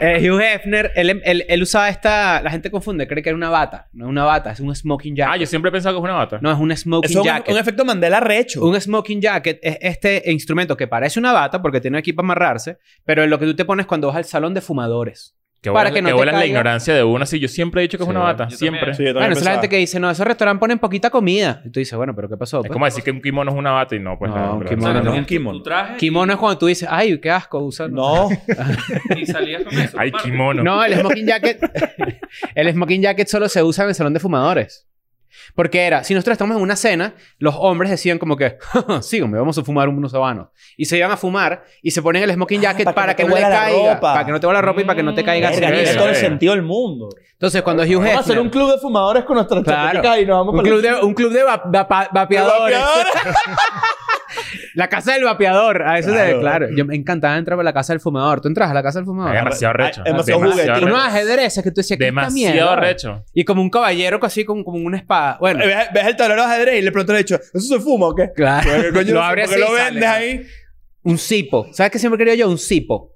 Speaker 4: Eh, Hugh Hefner, él, él- él usaba esta... La gente confunde, cree que era una bata. No es una bata, es un smoking jacket.
Speaker 2: ah, yo siempre he pensado que es una bata.
Speaker 4: No, es un smoking
Speaker 3: Eso es un,
Speaker 4: jacket.
Speaker 3: un efecto Mandela recho.
Speaker 4: Un smoking jacket es este instrumento que parece una bata porque tiene aquí para amarrarse, pero es lo que tú te pones cuando vas al salón de fumadores.
Speaker 2: Que
Speaker 4: Para
Speaker 2: vuelan-
Speaker 4: que no
Speaker 2: que
Speaker 4: te
Speaker 2: vuelan la
Speaker 4: caiga.
Speaker 2: ignorancia de uno. Sí, yo siempre he dicho que es
Speaker 4: Sí,
Speaker 2: una bata.
Speaker 6: yo
Speaker 2: Siempre.
Speaker 6: también.
Speaker 3: yo
Speaker 4: Bueno, esa es la
Speaker 3: pensaba.
Speaker 4: gente que dice, no, esos restaurantes ponen poquita comida. Y tú dices, bueno, pero ¿qué pasó?
Speaker 2: Es
Speaker 4: pues?
Speaker 2: como decir que un kimono es una bata y no, pues
Speaker 4: No,
Speaker 2: no.
Speaker 4: un
Speaker 2: pero-
Speaker 6: O sea,
Speaker 4: kimono
Speaker 6: que
Speaker 4: no.
Speaker 6: tenías tu-
Speaker 3: Kimono.
Speaker 6: Tu traje
Speaker 4: Kimono es cuando tú dices, ay, qué asco usar.
Speaker 3: No.
Speaker 6: y salías con eso.
Speaker 2: Ay,
Speaker 6: aparte.
Speaker 2: kimono.
Speaker 4: No, el smoking jacket. el smoking jacket solo se usa en el salón de fumadores. Porque era, si nosotros estamos en una cena, los hombres decían como que, sí, hombre, vamos a fumar unos habanos. Y se iban a fumar y se ponen el smoking jacket
Speaker 3: Ah, para que
Speaker 4: para,
Speaker 3: no
Speaker 4: que, no,
Speaker 3: te huela
Speaker 4: le
Speaker 3: la
Speaker 4: caiga.
Speaker 3: ropa. Mm,
Speaker 4: Para que no te huela la ropa y para que no te caiga.
Speaker 2: sí,
Speaker 3: Verga, tiene
Speaker 2: sí,
Speaker 3: todo el
Speaker 2: sí.
Speaker 3: sentido del mundo.
Speaker 4: Entonces, cuando Hugh
Speaker 3: Vamos a hacer
Speaker 4: Hefner-
Speaker 3: un club de fumadores con nuestras
Speaker 4: Claro.
Speaker 3: chaquetas y nos vamos
Speaker 4: Un
Speaker 3: para
Speaker 4: club
Speaker 3: el-
Speaker 4: de, un club de va- vapa- vapeadores. La casa del vapeador. A eso claro.
Speaker 3: Claro.
Speaker 4: claro. Yo me encantaba entrar a la casa del fumador. ¿Tú entras a la casa del
Speaker 2: Es
Speaker 4: fumador?
Speaker 2: demasiado recho.
Speaker 3: Ay, demasiado juguete.
Speaker 4: Unos
Speaker 2: recho.
Speaker 4: ajedrezes que tú decías que
Speaker 2: Demasiado recho.
Speaker 4: Y como un caballero así con, como una espada. Bueno,
Speaker 3: Eh, ¿Ves, ves el tablero de ajedrez y le pregunto de hecho, ¿eso se fuma o qué?
Speaker 4: claro.
Speaker 3: Porque coño,
Speaker 4: Lo
Speaker 3: no sé,
Speaker 4: abre
Speaker 3: ¿por qué
Speaker 4: así
Speaker 3: lo
Speaker 4: y sale,
Speaker 3: vendes
Speaker 4: claro.
Speaker 3: ahí?
Speaker 4: Un cipo. ¿Sabes qué siempre quería yo? Un cipo.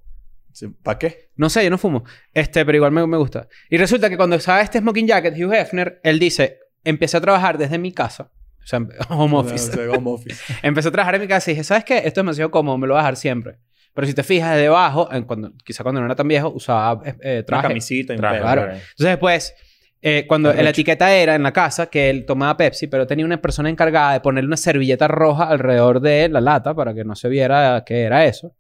Speaker 3: Sí, ¿Para qué?
Speaker 4: No sé, yo no fumo. Este, pero igual me, me gusta. Y resulta que cuando usaba este smoking jacket, Hugh Hefner, él dice, empecé a trabajar desde mi casa. O sea, em- home office.
Speaker 3: No, no sé, home office.
Speaker 4: Empecé a trabajar en mi casa y dije, ¿sabes qué? Esto es demasiado cómodo, me lo voy a dejar siempre. Pero si te fijas, de debajo, en cuando, quizá cuando no era tan viejo, usaba eh, eh,
Speaker 3: Una
Speaker 4: traje.
Speaker 3: camisita,
Speaker 2: Traje,
Speaker 3: impero.
Speaker 4: Claro. Entonces después, eh, cuando
Speaker 3: Arrecho.
Speaker 4: la etiqueta era en la casa que él tomaba Pepsi, pero tenía una persona encargada de ponerle una servilleta roja alrededor de la lata para que no se viera que era eso.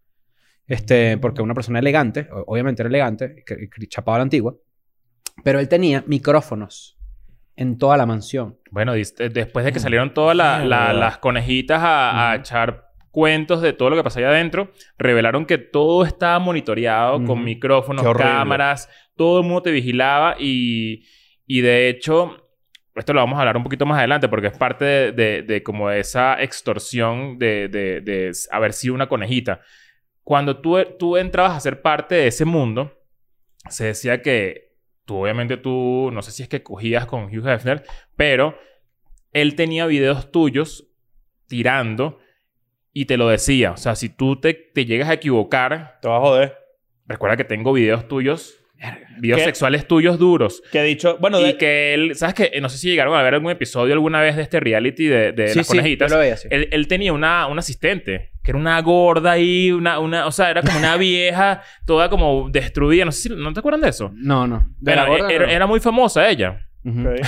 Speaker 4: Este, porque una persona elegante, o- obviamente era elegante, que- que chapado a la antigua, pero él tenía micrófonos en toda la mansión.
Speaker 2: Bueno, dis- eh, después
Speaker 3: Mm.
Speaker 2: de que salieron todas la- la- las conejitas a, a
Speaker 4: Ujú.
Speaker 2: echar cuentos de todo lo que pasaba allá adentro, revelaron que todo estaba monitoreado con
Speaker 4: Ujú.
Speaker 2: micrófonos,
Speaker 3: Qué horrible.
Speaker 2: cámaras, todo el mundo te vigilaba y, y de hecho, esto lo vamos a hablar un poquito más adelante porque es parte de, de- de como esa extorsión de, de- de s- haber sido una conejita. Cuando tú, tú entrabas a ser parte de ese mundo, se decía que tú obviamente tú, no sé si es que cogías con Hugh Hefner, pero él tenía videos tuyos tirando y te lo decía. O sea, si tú te, te llegas a equivocar,
Speaker 3: Te vas a joder.
Speaker 2: recuerda que tengo videos tuyos, videos
Speaker 3: ¿Qué?
Speaker 2: sexuales tuyos duros.
Speaker 3: Que he dicho, bueno,
Speaker 2: Y
Speaker 3: de-
Speaker 2: que él, ¿sabes qué? No sé si llegaron a ver algún episodio alguna vez de este reality de, de las conejitas. Eh,
Speaker 4: yo lo veía así.
Speaker 2: Él, él tenía una, una asistente, que era una gorda ahí, una, una, o sea, era como una vieja, toda como destruida. No sé si, ¿no te acuerdan de eso?
Speaker 4: No, no. De
Speaker 2: Era,
Speaker 4: la gorda,
Speaker 2: era-
Speaker 4: no.
Speaker 2: era muy famosa ella.
Speaker 4: Ujú.
Speaker 3: Ok.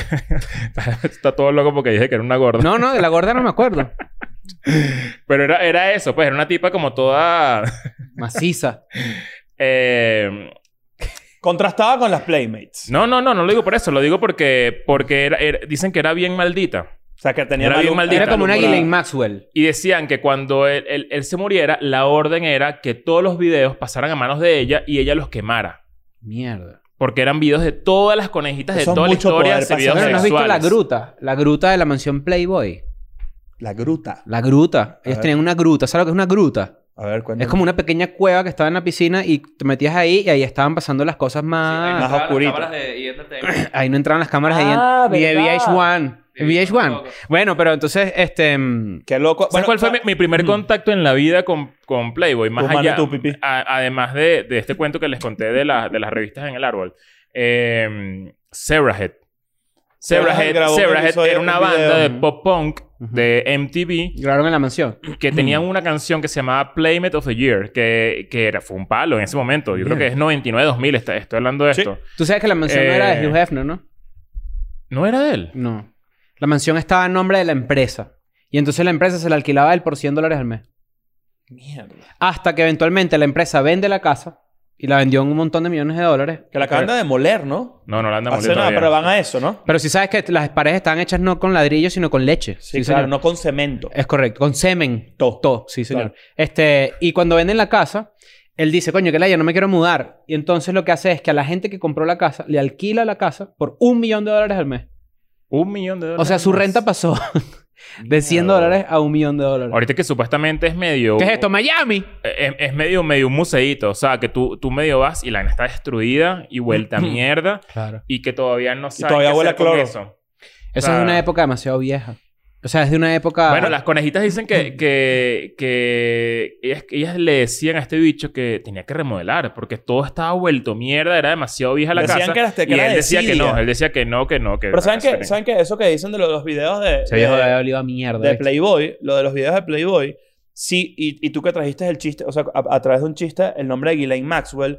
Speaker 2: Está todo loco porque dije que era una gorda.
Speaker 4: No, no, de la gorda no me acuerdo.
Speaker 2: Pero era, era eso, pues era una tipa como toda...
Speaker 4: Maciza.
Speaker 2: eh,
Speaker 3: Contrastaba con las Playmates.
Speaker 2: no, no, no, no lo digo por eso, lo digo porque, porque era- era- dicen que era bien maldita.
Speaker 3: O sea, que tenía
Speaker 2: Era bien
Speaker 3: hum-
Speaker 2: maldita.
Speaker 4: Era como una
Speaker 3: mal
Speaker 4: Ghislaine
Speaker 3: humorada.
Speaker 4: Maxwell.
Speaker 2: Y decían que cuando él, él- él se muriera, la orden era que todos los videos pasaran a manos de ella y ella los quemara.
Speaker 4: Mierda.
Speaker 2: Porque eran videos de todas las conejitas, de
Speaker 3: Eso es
Speaker 2: toda la
Speaker 3: mucho
Speaker 2: historia
Speaker 3: poder
Speaker 2: de
Speaker 4: Bueno,
Speaker 2: videos
Speaker 3: pasar.
Speaker 4: ¿no has visto
Speaker 2: sexuales.
Speaker 4: la gruta? La gruta de la mansión Playboy.
Speaker 3: La gruta.
Speaker 4: La gruta.
Speaker 3: A
Speaker 4: Ellos
Speaker 3: ver.
Speaker 4: tenían una gruta. ¿Sabes lo que es una gruta?
Speaker 3: A ver, cuéntame.
Speaker 4: Es como una pequeña cueva que estaba en la piscina y te metías ahí y ahí estaban pasando las cosas
Speaker 6: ahí
Speaker 4: más...
Speaker 3: más
Speaker 6: estaban las
Speaker 3: oscurito.
Speaker 6: cámaras de ENtertainment.
Speaker 4: ahí no entraban las cámaras ahí en-
Speaker 3: Ah,
Speaker 4: ni de
Speaker 3: ¿verdad?
Speaker 4: VH1.
Speaker 6: Sí,
Speaker 4: VH1.
Speaker 6: tampoco.
Speaker 4: Bueno, pero entonces, este... mm,
Speaker 3: Qué loco.
Speaker 2: ¿Sabes cuál fue mi, mi primer contacto en la vida con, con Playboy? Más
Speaker 3: mano y
Speaker 2: allá. Ah,
Speaker 3: mm. Pues tu pipí.
Speaker 2: a- además de, de este cuento que les conté de, la- de las revistas en el árbol. Eh, Zebrahead.
Speaker 3: Zebrahead
Speaker 2: Zebrahead,
Speaker 3: grabó un
Speaker 2: Zebrahead
Speaker 3: episodio
Speaker 2: era
Speaker 3: en
Speaker 2: una
Speaker 3: un video.
Speaker 2: banda de pop punk
Speaker 4: Ujú.
Speaker 2: de MTV
Speaker 4: Grabaron en la mansión.
Speaker 2: que tenían una canción que se llamaba Playmate of the Year, que, que era, fue un palo en ese momento. Yo creo que es 99-2000, está- estoy hablando de
Speaker 3: Sí.
Speaker 2: esto.
Speaker 4: Tú sabes que la mansión no era de
Speaker 2: Eh.
Speaker 4: Hugh Hefner, ¿no?
Speaker 2: No era de él.
Speaker 4: No. La mansión estaba en nombre de la empresa. Y entonces la empresa se la alquilaba él por 100 dólares al mes.
Speaker 3: Mierda.
Speaker 4: Hasta que eventualmente la empresa vende la casa y la vendió en un montón de millones de dólares.
Speaker 3: Que la acaban de demoler, ¿no?
Speaker 2: No, no la andamos
Speaker 3: Hace nada, pero van a eso, ¿no?
Speaker 4: Pero si sabes que las paredes están hechas no con ladrillo, sino con leche.
Speaker 3: Sí, claro,
Speaker 4: señor.
Speaker 3: no con cemento.
Speaker 4: Es correcto, con semen.
Speaker 3: To.
Speaker 4: To, sí, señor.
Speaker 3: Claro.
Speaker 4: Este, y cuando venden la casa, él dice, coño, que la yo no me quiero mudar. Y entonces lo que hace es que a la gente que compró la casa le alquila la casa por un millón de dólares al mes.
Speaker 2: Un millón de
Speaker 4: O
Speaker 2: dólares.
Speaker 4: sea, su
Speaker 2: más.
Speaker 4: renta pasó de 100
Speaker 3: Mierda.
Speaker 4: dólares a un millón de dólares.
Speaker 2: Ahorita que supuestamente es medio...
Speaker 4: ¿Qué es esto? ¿Miami?
Speaker 2: Es, es medio, medio un museíto. O sea, que tú, tú medio vas y la vaina está destruida y vuelta a mierda
Speaker 4: Claro.
Speaker 2: y que todavía no saben
Speaker 3: todavía
Speaker 2: qué
Speaker 3: huele
Speaker 2: hacer
Speaker 3: a
Speaker 2: con
Speaker 3: cloro.
Speaker 2: eso.
Speaker 4: Esa
Speaker 2: Claro.
Speaker 4: es una época demasiado vieja. O sea, es de una época...
Speaker 2: Bueno, las conejitas dicen que, que, que ellas, ellas le decían a este bicho que tenía que remodelar porque todo estaba vuelto mierda, era demasiado vieja la
Speaker 3: Decían
Speaker 2: casa.
Speaker 3: que era hasta- que
Speaker 2: y
Speaker 3: era
Speaker 2: él
Speaker 3: de
Speaker 2: decía que no,
Speaker 3: Siria.
Speaker 2: él decía que no, que no, que
Speaker 3: Pero ¿saben
Speaker 2: que
Speaker 3: qué? ¿Saben qué? Eso que dicen de los, los videos de,
Speaker 4: Ese viejo
Speaker 3: de-
Speaker 4: había olido a mierda.
Speaker 3: de
Speaker 4: ¿viste?
Speaker 3: Playboy, lo de los videos de Playboy, sí, y, y tú que trajiste el chiste, o sea, a, a través de un chiste, el nombre de Ghislaine Maxwell,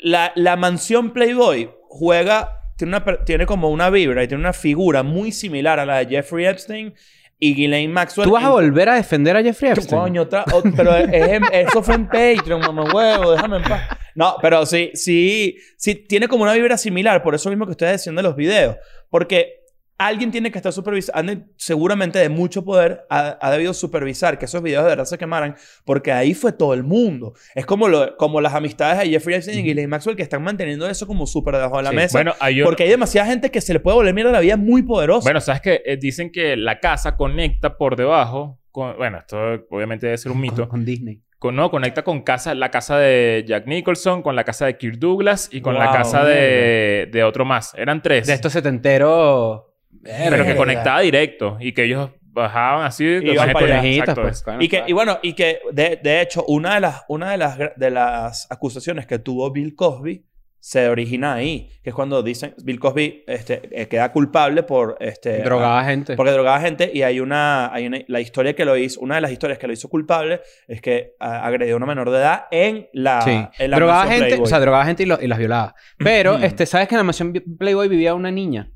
Speaker 3: la, la mansión Playboy juega, tiene, una, per- tiene como una vibra y tiene una figura muy similar a la de Jeffrey Epstein y Ghislaine Maxwell.
Speaker 4: ¿Tú vas a
Speaker 3: en-
Speaker 4: volver a defender a Jeffrey Epstein?
Speaker 3: Coño, otra- o- pero es en- eso fue en Patreon, mamá huevo, déjame en paz. No, pero sí, sí, sí, tiene como una vibra similar, por eso mismo que ustedes decían de los videos. Porque alguien tiene que estar supervisando, seguramente de mucho poder, ha, ha debido supervisar que esos videos de verdad se quemaran, porque ahí fue todo el mundo. Es como, lo, como las amistades de Jeffrey Epstein y Ghislaine Maxwell que están manteniendo eso como súper debajo de la
Speaker 4: Sí,
Speaker 3: mesa.
Speaker 2: Bueno, hay un-
Speaker 3: porque hay demasiada gente que se le puede volver mierda la vida muy poderosa.
Speaker 2: Bueno, sabes que dicen que la casa conecta por debajo. Con, bueno, esto obviamente debe ser un
Speaker 4: Con,
Speaker 2: mito.
Speaker 4: con Disney.
Speaker 2: Con, no, conecta con casa, la casa de Jack Nicholson, con la casa de Kirk Douglas y con la
Speaker 3: Wow,
Speaker 2: casa de, de otro más. Eran tres.
Speaker 4: De estos setenteros...
Speaker 2: pero que
Speaker 3: Verga.
Speaker 2: conectaba directo y que ellos bajaban así.
Speaker 3: Iban
Speaker 2: la gente-
Speaker 3: para allá.
Speaker 4: Conejitas,
Speaker 2: Exacto,
Speaker 4: pues.
Speaker 2: es-
Speaker 3: Y, que, y bueno, y que de, de hecho, una de las, una de las, gra- de las acusaciones que tuvo Bill Cosby se origina ahí, que es cuando dicen Bill Cosby este, eh, queda culpable por este
Speaker 4: Drogada Eh, gente.
Speaker 3: porque drogaba gente y hay una, hay una- la historia que lo hizo, una de las historias que lo hizo culpable es que a- agredió a una menor de edad en la,
Speaker 4: sí.
Speaker 3: en la
Speaker 4: drogaba
Speaker 3: mansión
Speaker 4: gente,
Speaker 3: Playboy. Mm.
Speaker 4: o sea, drogaba gente y, lo- y las violaba. Pero,
Speaker 3: Ujú.
Speaker 4: este, ¿sabes que en la mansión vi- Playboy vivía una niña?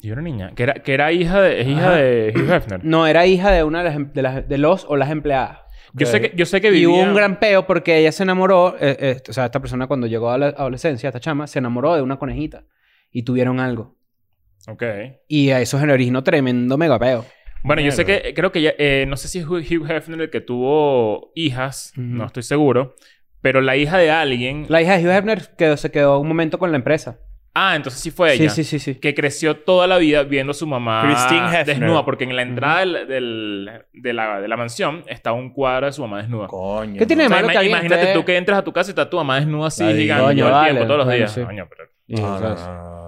Speaker 2: Y era niña. Que era, que era hija de, es hija
Speaker 4: Ajá.
Speaker 2: de Hugh Hefner.
Speaker 4: No, era hija de una de las, em- de las- de los o las empleadas.
Speaker 2: Yo, sé que, yo sé que
Speaker 4: Y
Speaker 2: vivía...
Speaker 4: hubo un gran peo porque ella se enamoró, eh, eh, o sea, esta persona cuando llegó a la adolescencia, esta chama, se enamoró de una conejita y tuvieron algo.
Speaker 2: Ok.
Speaker 4: Y a eso se le originó tremendo mega peo.
Speaker 2: Bueno, yo sé
Speaker 3: Mierda.
Speaker 2: que... Creo que ya... eh, no sé si es Hugh Hugh Hefner el que tuvo hijas.
Speaker 4: Ujú.
Speaker 2: No estoy seguro. Pero la hija de alguien...
Speaker 4: La hija de Hugh Hefner quedó, se quedó un momento con la empresa.
Speaker 2: Ah, entonces sí fue ella.
Speaker 4: Sí, sí, sí, sí.
Speaker 2: Que creció toda la vida viendo a su mamá
Speaker 3: Christine Hefner.
Speaker 2: desnuda. Porque en la entrada del- del- de, la, de la mansión está un cuadro de su mamá desnuda.
Speaker 3: Coño.
Speaker 4: ¿Qué tiene de
Speaker 2: O sea,
Speaker 4: malo
Speaker 2: ima-
Speaker 4: que alguien
Speaker 2: imagínate
Speaker 4: esté-
Speaker 2: tú que entras a tu casa y está tu mamá desnuda así,
Speaker 3: Ay,
Speaker 2: gigante,
Speaker 4: coño,
Speaker 2: todo el
Speaker 4: vale.
Speaker 2: tiempo, todos los
Speaker 4: Bueno,
Speaker 2: días.
Speaker 4: sí.
Speaker 2: Coño, pero-
Speaker 4: Y, ¿sabes?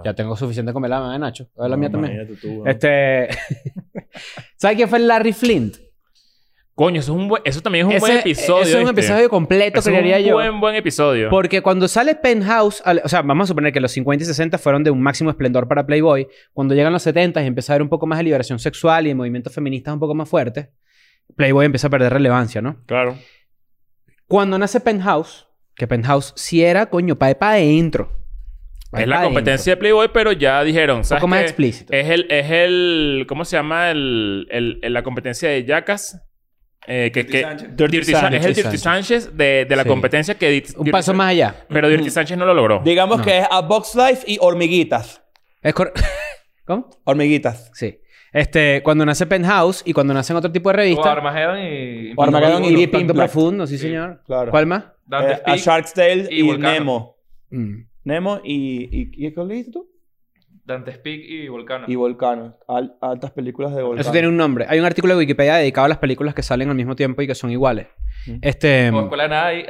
Speaker 4: Ya tengo suficiente con la mamá de Nacho. A ver la mía también. Este... ¿Sabes quién fue el Larry Flint?
Speaker 2: Coño, eso, es un buen- eso también es un
Speaker 4: Ese-
Speaker 2: buen episodio.
Speaker 4: ese es un
Speaker 2: ¿viste?
Speaker 4: episodio completo,
Speaker 2: Ese
Speaker 4: creería
Speaker 2: es un
Speaker 4: yo.
Speaker 2: buen, buen episodio.
Speaker 4: Porque cuando sale Penthouse, al- o sea, vamos a suponer que los 50 y 60 fueron de un máximo esplendor para Playboy. Cuando llegan los 70 y empieza a haber un poco más de liberación sexual y movimientos feministas un poco más fuertes, Playboy empieza a perder relevancia, ¿no?
Speaker 2: Claro.
Speaker 4: Cuando nace Penthouse, que Penthouse sí era, coño, pa' de pa' adentro. Pa' de
Speaker 2: Es
Speaker 4: pa'
Speaker 2: la
Speaker 4: adentro.
Speaker 2: competencia de Playboy, pero ya dijeron,
Speaker 4: Un
Speaker 2: ¿sabes
Speaker 4: poco más
Speaker 2: qué? Eh,
Speaker 4: explícito.
Speaker 2: Es el, es el, ¿cómo se llama? El, el- el- la competencia de Jackass. Eh, que, que-
Speaker 3: Dirty
Speaker 2: Dirty Sa-
Speaker 3: Sánchez.
Speaker 2: es el Dirty
Speaker 4: Sánchez.
Speaker 2: Sánchez de, de la
Speaker 4: Sí.
Speaker 2: competencia que... Dirty-
Speaker 4: un
Speaker 2: Dirty
Speaker 4: paso
Speaker 2: Sa-
Speaker 4: más allá.
Speaker 2: Pero Dirty Sánchez no lo logró.
Speaker 3: Digamos
Speaker 4: No.
Speaker 3: que es a Box Life y hormiguitas.
Speaker 4: Es cor- ¿Cómo?
Speaker 3: Hormiguitas.
Speaker 4: Sí. Este, cuando nace Penthouse y cuando nacen otro tipo de
Speaker 6: O
Speaker 4: revistas.
Speaker 6: Armageddon y...
Speaker 3: O Armageddon y Deep
Speaker 4: Impacto
Speaker 3: Impact.
Speaker 4: profundo, sí,
Speaker 6: Sí,
Speaker 4: señor.
Speaker 3: claro.
Speaker 4: ¿Cuál más?
Speaker 6: Dante
Speaker 3: Eh, a
Speaker 6: Speak,
Speaker 3: Shark's Tale
Speaker 6: y
Speaker 3: y,
Speaker 6: Volcano.
Speaker 3: Nemo.
Speaker 4: Mm.
Speaker 3: Nemo y... y, y ¿Qué le dijiste tú?
Speaker 6: Dante Speak y Volcano.
Speaker 3: Y Volcano. Al- altas películas de Volcano.
Speaker 4: Eso tiene un nombre. Hay un artículo de Wikipedia dedicado a las películas que salen al mismo tiempo y que son iguales.
Speaker 3: Mm.
Speaker 4: Este.
Speaker 6: O Escuela de Nada y...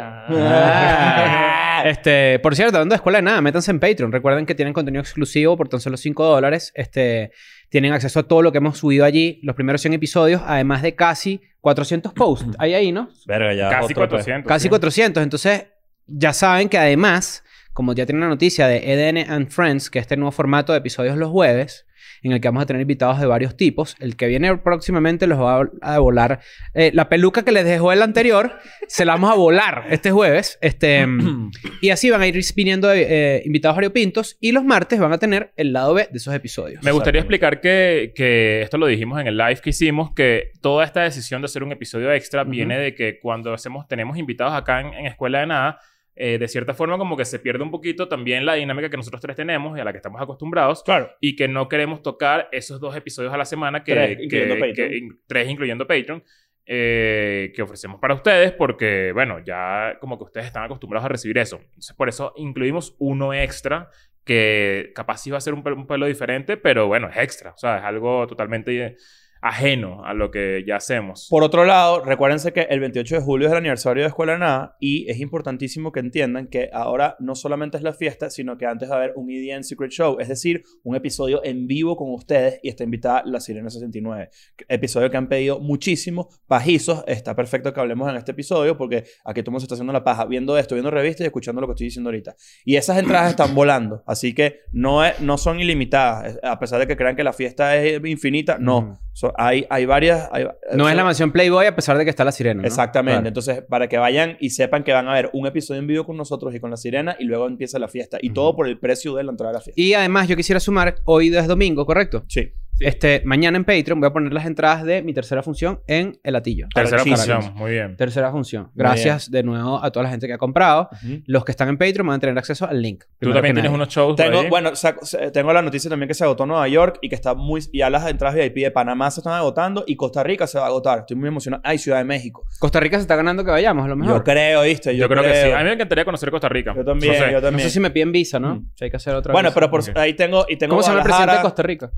Speaker 6: Ah.
Speaker 4: Ah. este, por cierto, hablando de escuela de nada, métanse en Patreon. Recuerden que tienen contenido exclusivo por tan solo 5 dólares. Este, tienen acceso a todo lo que hemos subido allí, los primeros 100 episodios, además de casi 400 posts. Hay ahí, ¿no?
Speaker 3: Verga, ya.
Speaker 2: Casi
Speaker 3: otro, pues.
Speaker 2: 400.
Speaker 4: Casi
Speaker 2: sí.
Speaker 4: 400. Entonces, ya saben que además, como ya tienen la noticia de EDN and Friends, que es este nuevo formato de episodios los jueves, en el que vamos a tener invitados de varios tipos, el que viene próximamente los va a volar. eh, la peluca que les dejó el anterior, se la vamos a volar este jueves. Este, y así van a ir viniendo eh, invitados variopintos y los martes van a tener el lado B de esos episodios.
Speaker 2: Me gustaría
Speaker 3: Exactamente.
Speaker 2: explicar que, que esto lo dijimos en el live que hicimos, que toda esta decisión de hacer un episodio extra
Speaker 4: Ujú.
Speaker 2: viene de que cuando hacemos, tenemos invitados acá en, en Escuela de Nada, eh, de cierta forma como que se pierde un poquito también la dinámica que nosotros tres tenemos y a la que estamos acostumbrados
Speaker 3: Claro.
Speaker 2: y que no queremos tocar esos dos episodios a la semana que...
Speaker 3: Tres,
Speaker 2: que-
Speaker 3: incluyendo
Speaker 2: que-
Speaker 3: Patreon.
Speaker 2: in- tres incluyendo Patreon. eh, que ofrecemos para ustedes porque, bueno, ya como que ustedes están acostumbrados a recibir eso. Entonces, por eso incluimos uno extra que capaz sí va a ser un, pel- un pelo diferente, pero bueno, es extra. O sea, es algo totalmente eh, ajeno a lo que ya hacemos.
Speaker 3: Por otro lado, recuérdense que el 28 de julio es el aniversario de Escuela de Nada y es importantísimo que entiendan que ahora no solamente es la fiesta, sino que antes va a haber un EDN Secret Show, es decir, un episodio en vivo con ustedes y está invitada la Sirena 69. Episodio que han pedido muchísimo, pajizos, está perfecto que hablemos en este episodio porque aquí todo el mundo se está haciendo la paja viendo esto, viendo revistas y escuchando lo que estoy diciendo ahorita. Y esas entradas están volando, así que no, es- no son ilimitadas, Es- a pesar de que crean que la fiesta es infinita, no. So- hay, hay varias... hay-
Speaker 4: Mm. No es
Speaker 3: son-
Speaker 4: la mansión Playboy a pesar de que está la sirena. ¿no?
Speaker 3: Exactamente.
Speaker 4: Claro.
Speaker 3: Entonces, para que vayan y sepan que van a ver un episodio en vivo con nosotros y con la sirena y luego empieza la fiesta. Y todo por el precio de la entrada a la fiesta.
Speaker 4: Y además, yo quisiera sumar, hoy es domingo, ¿correcto?
Speaker 3: Sí.
Speaker 6: Sí.
Speaker 4: Este, mañana en Patreon voy a poner las entradas de mi tercera función en el atillo.
Speaker 2: Tercera
Speaker 3: Arrechísimo.
Speaker 2: función, muy bien.
Speaker 4: Tercera función. Gracias de nuevo a toda la gente que ha comprado. Los que están en Patreon van a tener acceso al link.
Speaker 2: Tú
Speaker 4: primero
Speaker 2: también
Speaker 4: que
Speaker 2: tienes
Speaker 4: nadie.
Speaker 2: unos shows. por
Speaker 3: Tengo,
Speaker 2: ahí.
Speaker 3: bueno, saco- se- tengo la noticia también que se agotó en Nueva York y que está muy... Ya las entradas VIP de Panamá se están agotando y Costa Rica se va a agotar. Estoy muy emocionado. Ay, Ciudad de México.
Speaker 4: Costa Rica se está ganando que vayamos, a lo mejor.
Speaker 3: Yo creo, ¿viste?
Speaker 2: yo, creo, que sí. A mí me encantaría conocer Costa Rica.
Speaker 3: Yo también,
Speaker 2: No sé.
Speaker 3: yo
Speaker 4: No
Speaker 3: también.
Speaker 4: sé si me piden visa, ¿no?
Speaker 3: Mm.
Speaker 4: Si hay que hacer otra
Speaker 3: Bueno,
Speaker 4: visa.
Speaker 3: pero por,
Speaker 2: Ok.
Speaker 3: ahí tengo... Y tengo
Speaker 4: ¿Cómo se llama el presidente de
Speaker 3: Guadalajara.
Speaker 4: Costa Rica?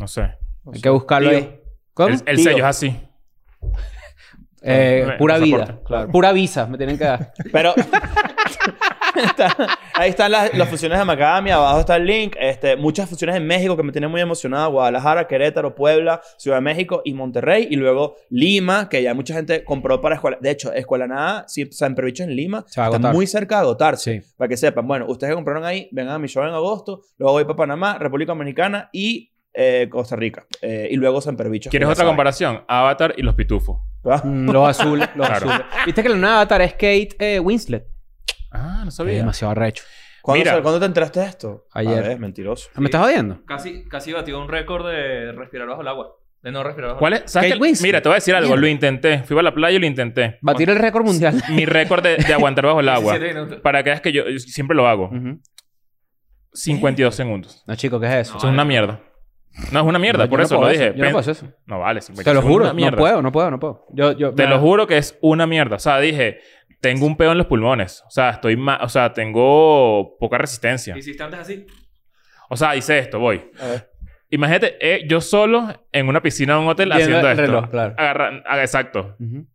Speaker 2: No sé.
Speaker 4: Hay que buscarlo
Speaker 3: Tío.
Speaker 4: ahí. ¿Cómo?
Speaker 2: El, el
Speaker 3: Tío.
Speaker 2: sello es así.
Speaker 4: Eh,
Speaker 2: Eh,
Speaker 4: pura vida.
Speaker 2: pasaporte, claro.
Speaker 4: Pura visa me tienen que dar.
Speaker 3: Pero... Está- ahí están las, las funciones de Macadamia, abajo está el link. Este, muchas funciones en México que me tienen muy emocionada. Guadalajara, Querétaro, Puebla, Ciudad de México y Monterrey. Y luego Lima, que ya mucha gente compró para Escuela. De hecho, Escuela Nada, si San Pervicho en Lima,
Speaker 4: Se va a
Speaker 3: está
Speaker 4: agotar.
Speaker 3: muy cerca de agotarse.
Speaker 4: Sí.
Speaker 3: Para que sepan, bueno, ustedes que compraron ahí, vengan a mi show en agosto. Luego voy para Panamá, República Dominicana y eh, Costa Rica. Eh, y luego San Pervicho.
Speaker 2: ¿Quieres
Speaker 3: Ya
Speaker 2: otra
Speaker 3: saben.
Speaker 2: comparación? Avatar y los pitufos.
Speaker 3: ¿Va?
Speaker 4: Mm, Los azules, los
Speaker 2: Claro.
Speaker 4: azules. Viste que la nueva avatar es Kate eh, Winslet.
Speaker 2: Ah, no
Speaker 4: Es
Speaker 2: sabía.
Speaker 4: demasiado arrecho.
Speaker 3: ¿Cuándo,
Speaker 2: Mira.
Speaker 3: sal- ¿Cuándo te enteraste de esto?
Speaker 4: Ayer.
Speaker 3: Es mentiroso.
Speaker 4: ¿Me estás jodiendo?
Speaker 6: Casi, casi batió un récord de respirar bajo el agua. De no respirar bajo
Speaker 2: ¿Cuál es? ¿Sabes
Speaker 4: Kate
Speaker 2: qué?
Speaker 4: Winslet.
Speaker 2: Mira, te voy a decir algo.
Speaker 4: Mierda.
Speaker 2: Lo intenté. Fui a la playa y lo intenté.
Speaker 4: Batir el récord mundial.
Speaker 2: Mi récord de, de aguantar bajo el
Speaker 6: el agua.
Speaker 2: agua.
Speaker 6: 17 minutos.
Speaker 2: Para que veas que yo yo siempre lo hago.
Speaker 4: Ujú.
Speaker 2: 52 segundos.
Speaker 4: No, chico, ¿qué es eso?
Speaker 2: Eso es una mierda. No, es una mierda.
Speaker 4: Yo
Speaker 2: por
Speaker 4: no
Speaker 2: eso
Speaker 4: puedo
Speaker 2: lo dije.
Speaker 4: Yo no
Speaker 2: Pen-
Speaker 4: puedo hacer eso.
Speaker 2: No vale, 52
Speaker 4: Te lo
Speaker 2: segundos es
Speaker 4: juro,
Speaker 2: una
Speaker 4: no
Speaker 2: mierda.
Speaker 4: puedo, no puedo, no puedo. Yo, yo,
Speaker 2: Te
Speaker 4: me-
Speaker 2: lo juro que es una mierda. O sea, dije, tengo un peo en los pulmones. O sea, estoy ma- O sea, tengo poca resistencia.
Speaker 6: Hiciste antes así.
Speaker 2: O sea, hice esto, voy.
Speaker 3: A ver.
Speaker 2: Imagínate, eh, yo solo en una piscina de un hotel
Speaker 4: Viendo
Speaker 2: haciendo
Speaker 4: el
Speaker 2: esto.
Speaker 4: reloj, claro.
Speaker 2: Agarra- ah, exacto.
Speaker 4: Ujú.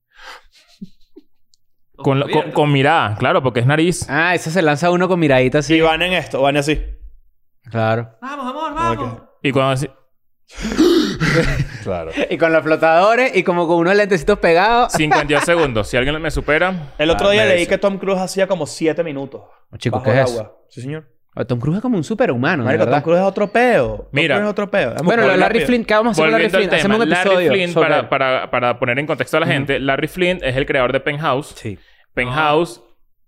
Speaker 2: Con, la- con, con mirada, claro, porque es nariz.
Speaker 4: Ah, ese se lanza uno con miradita así.
Speaker 3: Y van en esto, van así.
Speaker 4: Claro.
Speaker 6: Vamos, amor, vamos.
Speaker 3: Ok.
Speaker 2: Y cuando así-
Speaker 3: Claro.
Speaker 4: Y con los flotadores y como con unos lentecitos pegados.
Speaker 2: 52 segundos. Si alguien me supera,
Speaker 3: El otro
Speaker 2: Ah,
Speaker 3: día
Speaker 2: merece.
Speaker 3: leí que Tom Cruise hacía como 7 minutos.
Speaker 4: No, chico,
Speaker 3: bajo
Speaker 4: ¿qué
Speaker 3: el
Speaker 4: es eso?
Speaker 3: agua. Sí, señor.
Speaker 4: Ah, Tom Cruise es como un superhumano, de
Speaker 3: Marico, Tom
Speaker 4: verdad.
Speaker 3: Cruise es otro peo. Tom
Speaker 2: Mira.
Speaker 3: Cruise es otro peo. Es muy
Speaker 4: Bueno,
Speaker 3: cool.
Speaker 4: la- Larry Flynn, ¿qué vamos a hacer con Larry
Speaker 2: volviendo al
Speaker 4: Flynn?
Speaker 2: tema,
Speaker 4: Hacemos un
Speaker 2: Larry
Speaker 4: episodio
Speaker 2: Flynn,
Speaker 4: sobre
Speaker 2: para,
Speaker 4: él.
Speaker 2: para, para poner en contexto a la
Speaker 4: Ujú.
Speaker 2: gente, Larry Flynn es el creador de Penthouse.
Speaker 4: Sí.
Speaker 2: Penthouse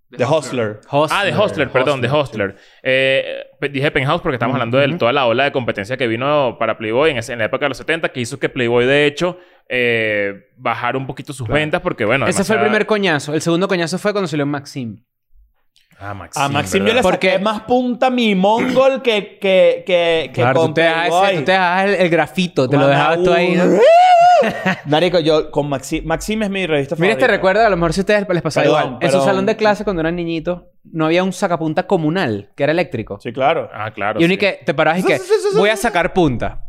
Speaker 3: The Hustler.
Speaker 2: Ah, de Hostler, perdón, de Hostler. Eh, pe- dije Penthouse porque estamos hablando de toda la ola de competencia que vino para Playboy en, ese- en la época de los 70, que hizo que Playboy, de hecho, eh, bajara un poquito sus ventas porque, bueno.
Speaker 4: Ese fue el
Speaker 2: demasiada-
Speaker 4: primer coñazo. El segundo coñazo fue cuando salió Maxim.
Speaker 2: Ah, Maxim.
Speaker 3: A Maxim yo
Speaker 2: ¿verdad?
Speaker 3: le
Speaker 4: Porque-
Speaker 3: saqué más punta mi mongol que, que, que, que
Speaker 4: Claro, tú
Speaker 3: con
Speaker 4: te dejabas, ese-
Speaker 3: Playboy.
Speaker 4: tú te dejabas el, el grafito, te lo
Speaker 3: Guana-
Speaker 4: dejabas tú ahí. ¿no?
Speaker 3: Marico, yo con Maxim... Maxim es mi revista
Speaker 4: Mira
Speaker 3: favorita.
Speaker 4: este recuerdo, a lo mejor si a ustedes les pasaba
Speaker 3: Perdón,
Speaker 4: igual. En su
Speaker 3: perdón.
Speaker 4: salón de clase, cuando eran niñitos, no había un sacapunta comunal, que era eléctrico.
Speaker 3: Sí, claro.
Speaker 2: Ah, claro.
Speaker 4: y uno y
Speaker 2: sí.
Speaker 4: que te parabas y que voy a sacar punta.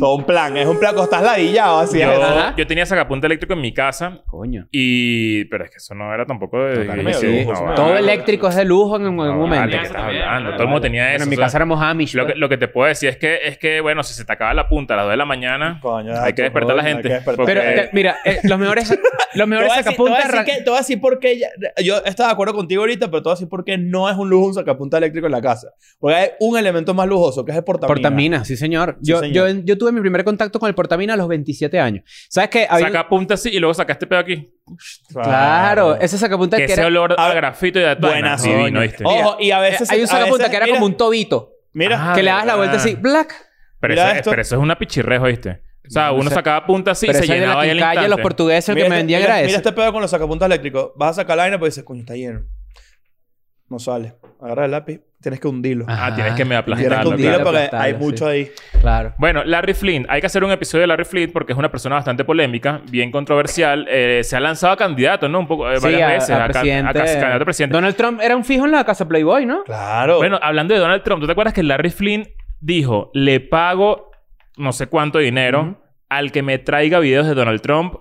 Speaker 3: Todo un plan. Es un plan. cuando Estás ladillado así.
Speaker 2: Yo,
Speaker 3: es.
Speaker 4: Ajá.
Speaker 2: yo tenía sacapunta eléctrico en mi casa
Speaker 4: Coño.
Speaker 2: y. Pero es que eso no era tampoco de.
Speaker 3: Totalmente,
Speaker 2: sí,
Speaker 3: dibujo,
Speaker 2: no,
Speaker 3: sí,
Speaker 2: vale.
Speaker 4: Todo
Speaker 6: vale.
Speaker 4: eléctrico es de lujo en un, en un
Speaker 2: No,
Speaker 4: momento.
Speaker 2: vale, ¿qué
Speaker 6: Eso
Speaker 2: estás
Speaker 6: también,
Speaker 2: hablando?
Speaker 6: claro.
Speaker 2: Todo el mundo tenía
Speaker 4: Bueno,
Speaker 2: eso.
Speaker 4: en mi
Speaker 2: o sea,
Speaker 4: casa éramos Amish.
Speaker 2: Lo que,
Speaker 4: pues.
Speaker 2: lo que te puedo decir es que, es que, bueno, si se te acaba la punta a las 2 de la mañana,
Speaker 3: Coño,
Speaker 2: hay que despertar a la
Speaker 3: coño, hay
Speaker 2: gente.
Speaker 3: que despertar.
Speaker 2: porque-
Speaker 4: Pero te- mira, eh, los mejores, los
Speaker 3: Te voy
Speaker 4: mejores
Speaker 3: a decir- te voy a
Speaker 4: sacapuntas.
Speaker 3: decir que- te voy a decir por qué. ya- Yo estaba de acuerdo contigo ahorita, pero te voy a decir por qué no es un lujo un sacapunta eléctrico en la casa. Porque hay un elemento más lujoso, que es el portamina.
Speaker 4: Portamina, sí señor.
Speaker 3: Sí,
Speaker 4: yo,
Speaker 3: señor.
Speaker 4: Yo, yo tuve mi primer contacto con el portamina a los 27 años. ¿Sabes qué? Había-
Speaker 2: Saca punta así y luego saca este pedo aquí.
Speaker 4: Claro, ese sacapunta
Speaker 2: Que
Speaker 4: que
Speaker 2: ese
Speaker 4: era... Ah,
Speaker 2: olor
Speaker 3: A
Speaker 2: a
Speaker 3: ver,
Speaker 2: grafito y de
Speaker 3: Buena
Speaker 2: Buenas, divino, ¿viste?
Speaker 4: Oh,
Speaker 3: Ojo, y a
Speaker 4: eh,
Speaker 3: veces...
Speaker 4: hay un
Speaker 3: a
Speaker 4: sacapunta
Speaker 3: veces-
Speaker 4: que era
Speaker 3: mira,
Speaker 4: como un tobito.
Speaker 3: Mira,
Speaker 2: Ah,
Speaker 4: que le dabas la vuelta
Speaker 2: ¿verdad?
Speaker 4: así, black.
Speaker 2: Pero,
Speaker 3: Mira
Speaker 2: eso, es-
Speaker 3: esto.
Speaker 2: pero eso es una pichirrejo, ¿viste? O sea,
Speaker 4: No
Speaker 2: uno
Speaker 4: sé.
Speaker 2: sacaba punta así y
Speaker 4: Pero
Speaker 2: se
Speaker 4: ese de
Speaker 2: llenaba
Speaker 4: la
Speaker 2: ahí al
Speaker 4: quincalla,
Speaker 2: instante.
Speaker 4: los portugueses el
Speaker 3: mira
Speaker 4: que me
Speaker 3: este-
Speaker 4: vendían
Speaker 3: mira-
Speaker 4: era
Speaker 3: Mira
Speaker 4: ese.
Speaker 3: este pedo con los sacapuntas eléctricos. Vas a sacar la vaina, pues dices, coño, está lleno. No sale. Agarra el lápiz. Tienes que hundirlo.
Speaker 4: Ah,
Speaker 2: Ah, tienes que me
Speaker 3: Tienes que
Speaker 4: hundirlo
Speaker 2: aplastarlo.
Speaker 3: hundirlo
Speaker 2: claro.
Speaker 4: pa-
Speaker 3: porque
Speaker 4: Aplastarlo,
Speaker 3: hay
Speaker 4: sí.
Speaker 3: mucho ahí.
Speaker 4: Claro.
Speaker 2: Bueno, Larry Flynn. Hay que hacer un episodio de Larry Flynn porque es una persona bastante polémica, bien controversial. Eh, se ha lanzado a candidato, ¿no? Un poco, eh,
Speaker 4: Sí,
Speaker 2: varias
Speaker 4: a-
Speaker 2: veces.
Speaker 4: a
Speaker 2: a ca- a ca- candidato a presidente.
Speaker 4: Donald Trump era un fijo en la casa Playboy, ¿no?
Speaker 3: Claro.
Speaker 2: Bueno, hablando de Donald Trump, ¿tú te acuerdas que Larry Flynn dijo, le pago no sé cuánto dinero
Speaker 4: Ujú.
Speaker 2: al que me traiga videos de Donald Trump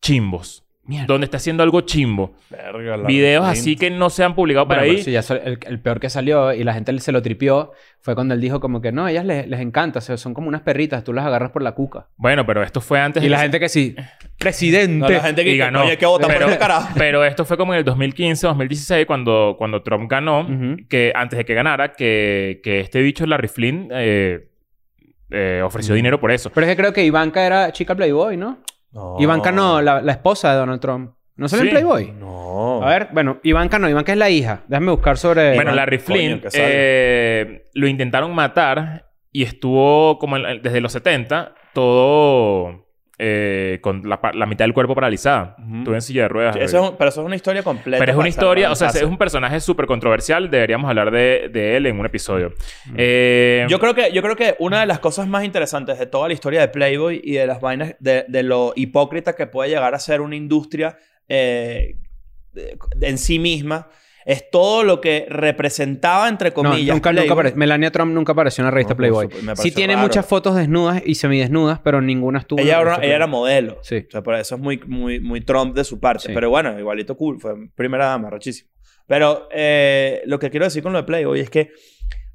Speaker 2: chimbos? Donde está haciendo algo chimbo.
Speaker 3: Verga, la-
Speaker 2: videos así que no se han publicado por
Speaker 4: Bueno,
Speaker 2: ahí.
Speaker 4: pero sí, ya sal- el, el peor que salió y la gente se lo tripió fue cuando él dijo como que no, ellas les, les encanta, o sea, son como unas perritas, tú las agarras por la cuca.
Speaker 2: Bueno, pero esto fue antes
Speaker 4: Y
Speaker 2: de
Speaker 4: la
Speaker 2: que-
Speaker 4: gente que sí,
Speaker 3: No,
Speaker 4: presidente.
Speaker 3: la gente que
Speaker 2: y
Speaker 3: dice,
Speaker 2: ganó.
Speaker 3: Oye, hay que votar por
Speaker 2: Pero-
Speaker 3: este carajo.
Speaker 2: Pero esto fue como en el 2015, 2016, cuando, cuando Trump ganó,
Speaker 4: Ujú.
Speaker 2: que antes de que ganara, que, que este bicho, Larry Flynn, eh, eh, ofreció dinero por eso.
Speaker 4: Pero es que creo que Ivanka era chica Playboy, ¿no? Ivanka no, la, la esposa de Donald Trump. ¿No salió en
Speaker 2: Oh. Sí.
Speaker 4: Playboy?
Speaker 3: No.
Speaker 4: A ver, bueno, Ivanka no, Ivanka es la hija. Déjame buscar sobre...
Speaker 2: Bueno,
Speaker 3: Iván,
Speaker 2: Larry
Speaker 3: coño,
Speaker 2: Flynn
Speaker 3: que sale.
Speaker 2: eh, lo intentaron matar y estuvo como en- desde los 70 todo eh, con la, pa- la mitad del cuerpo paralizada.
Speaker 3: Ujú.
Speaker 2: Estuvo en silla de ruedas.
Speaker 3: Sí, eso es un- pero eso es una historia completa.
Speaker 2: Pero es una
Speaker 3: para
Speaker 2: historia, o sea,
Speaker 3: salvar
Speaker 2: es
Speaker 3: en
Speaker 2: un personaje súper controversial. Deberíamos hablar de, de él en un episodio. Eh,
Speaker 3: casa. Yo creo, que, yo creo que una de las cosas más interesantes de toda la historia de Playboy y de las vainas, de, de lo hipócrita que puede llegar a ser una industria eh, de- en sí misma, es todo lo que representaba, entre
Speaker 4: No,
Speaker 3: comillas.
Speaker 4: nunca, nunca
Speaker 3: Playboy.
Speaker 4: apare- Melania Trump nunca apareció en la revista
Speaker 3: No, por
Speaker 4: Playboy.
Speaker 3: supuesto, me
Speaker 4: Sí
Speaker 3: pareció
Speaker 4: tiene
Speaker 3: raro.
Speaker 4: muchas fotos desnudas y semidesnudas, pero ninguna estuvo... en la
Speaker 3: Ella, era,
Speaker 4: revista
Speaker 3: ella era
Speaker 4: Playboy.
Speaker 3: modelo.
Speaker 4: Sí.
Speaker 3: O sea, por eso es muy, muy, muy Trump de su parte.
Speaker 4: Sí.
Speaker 3: Pero bueno, igualito cool. Fue primera dama, rachísimo. Pero eh, lo que quiero decir con lo de Playboy es que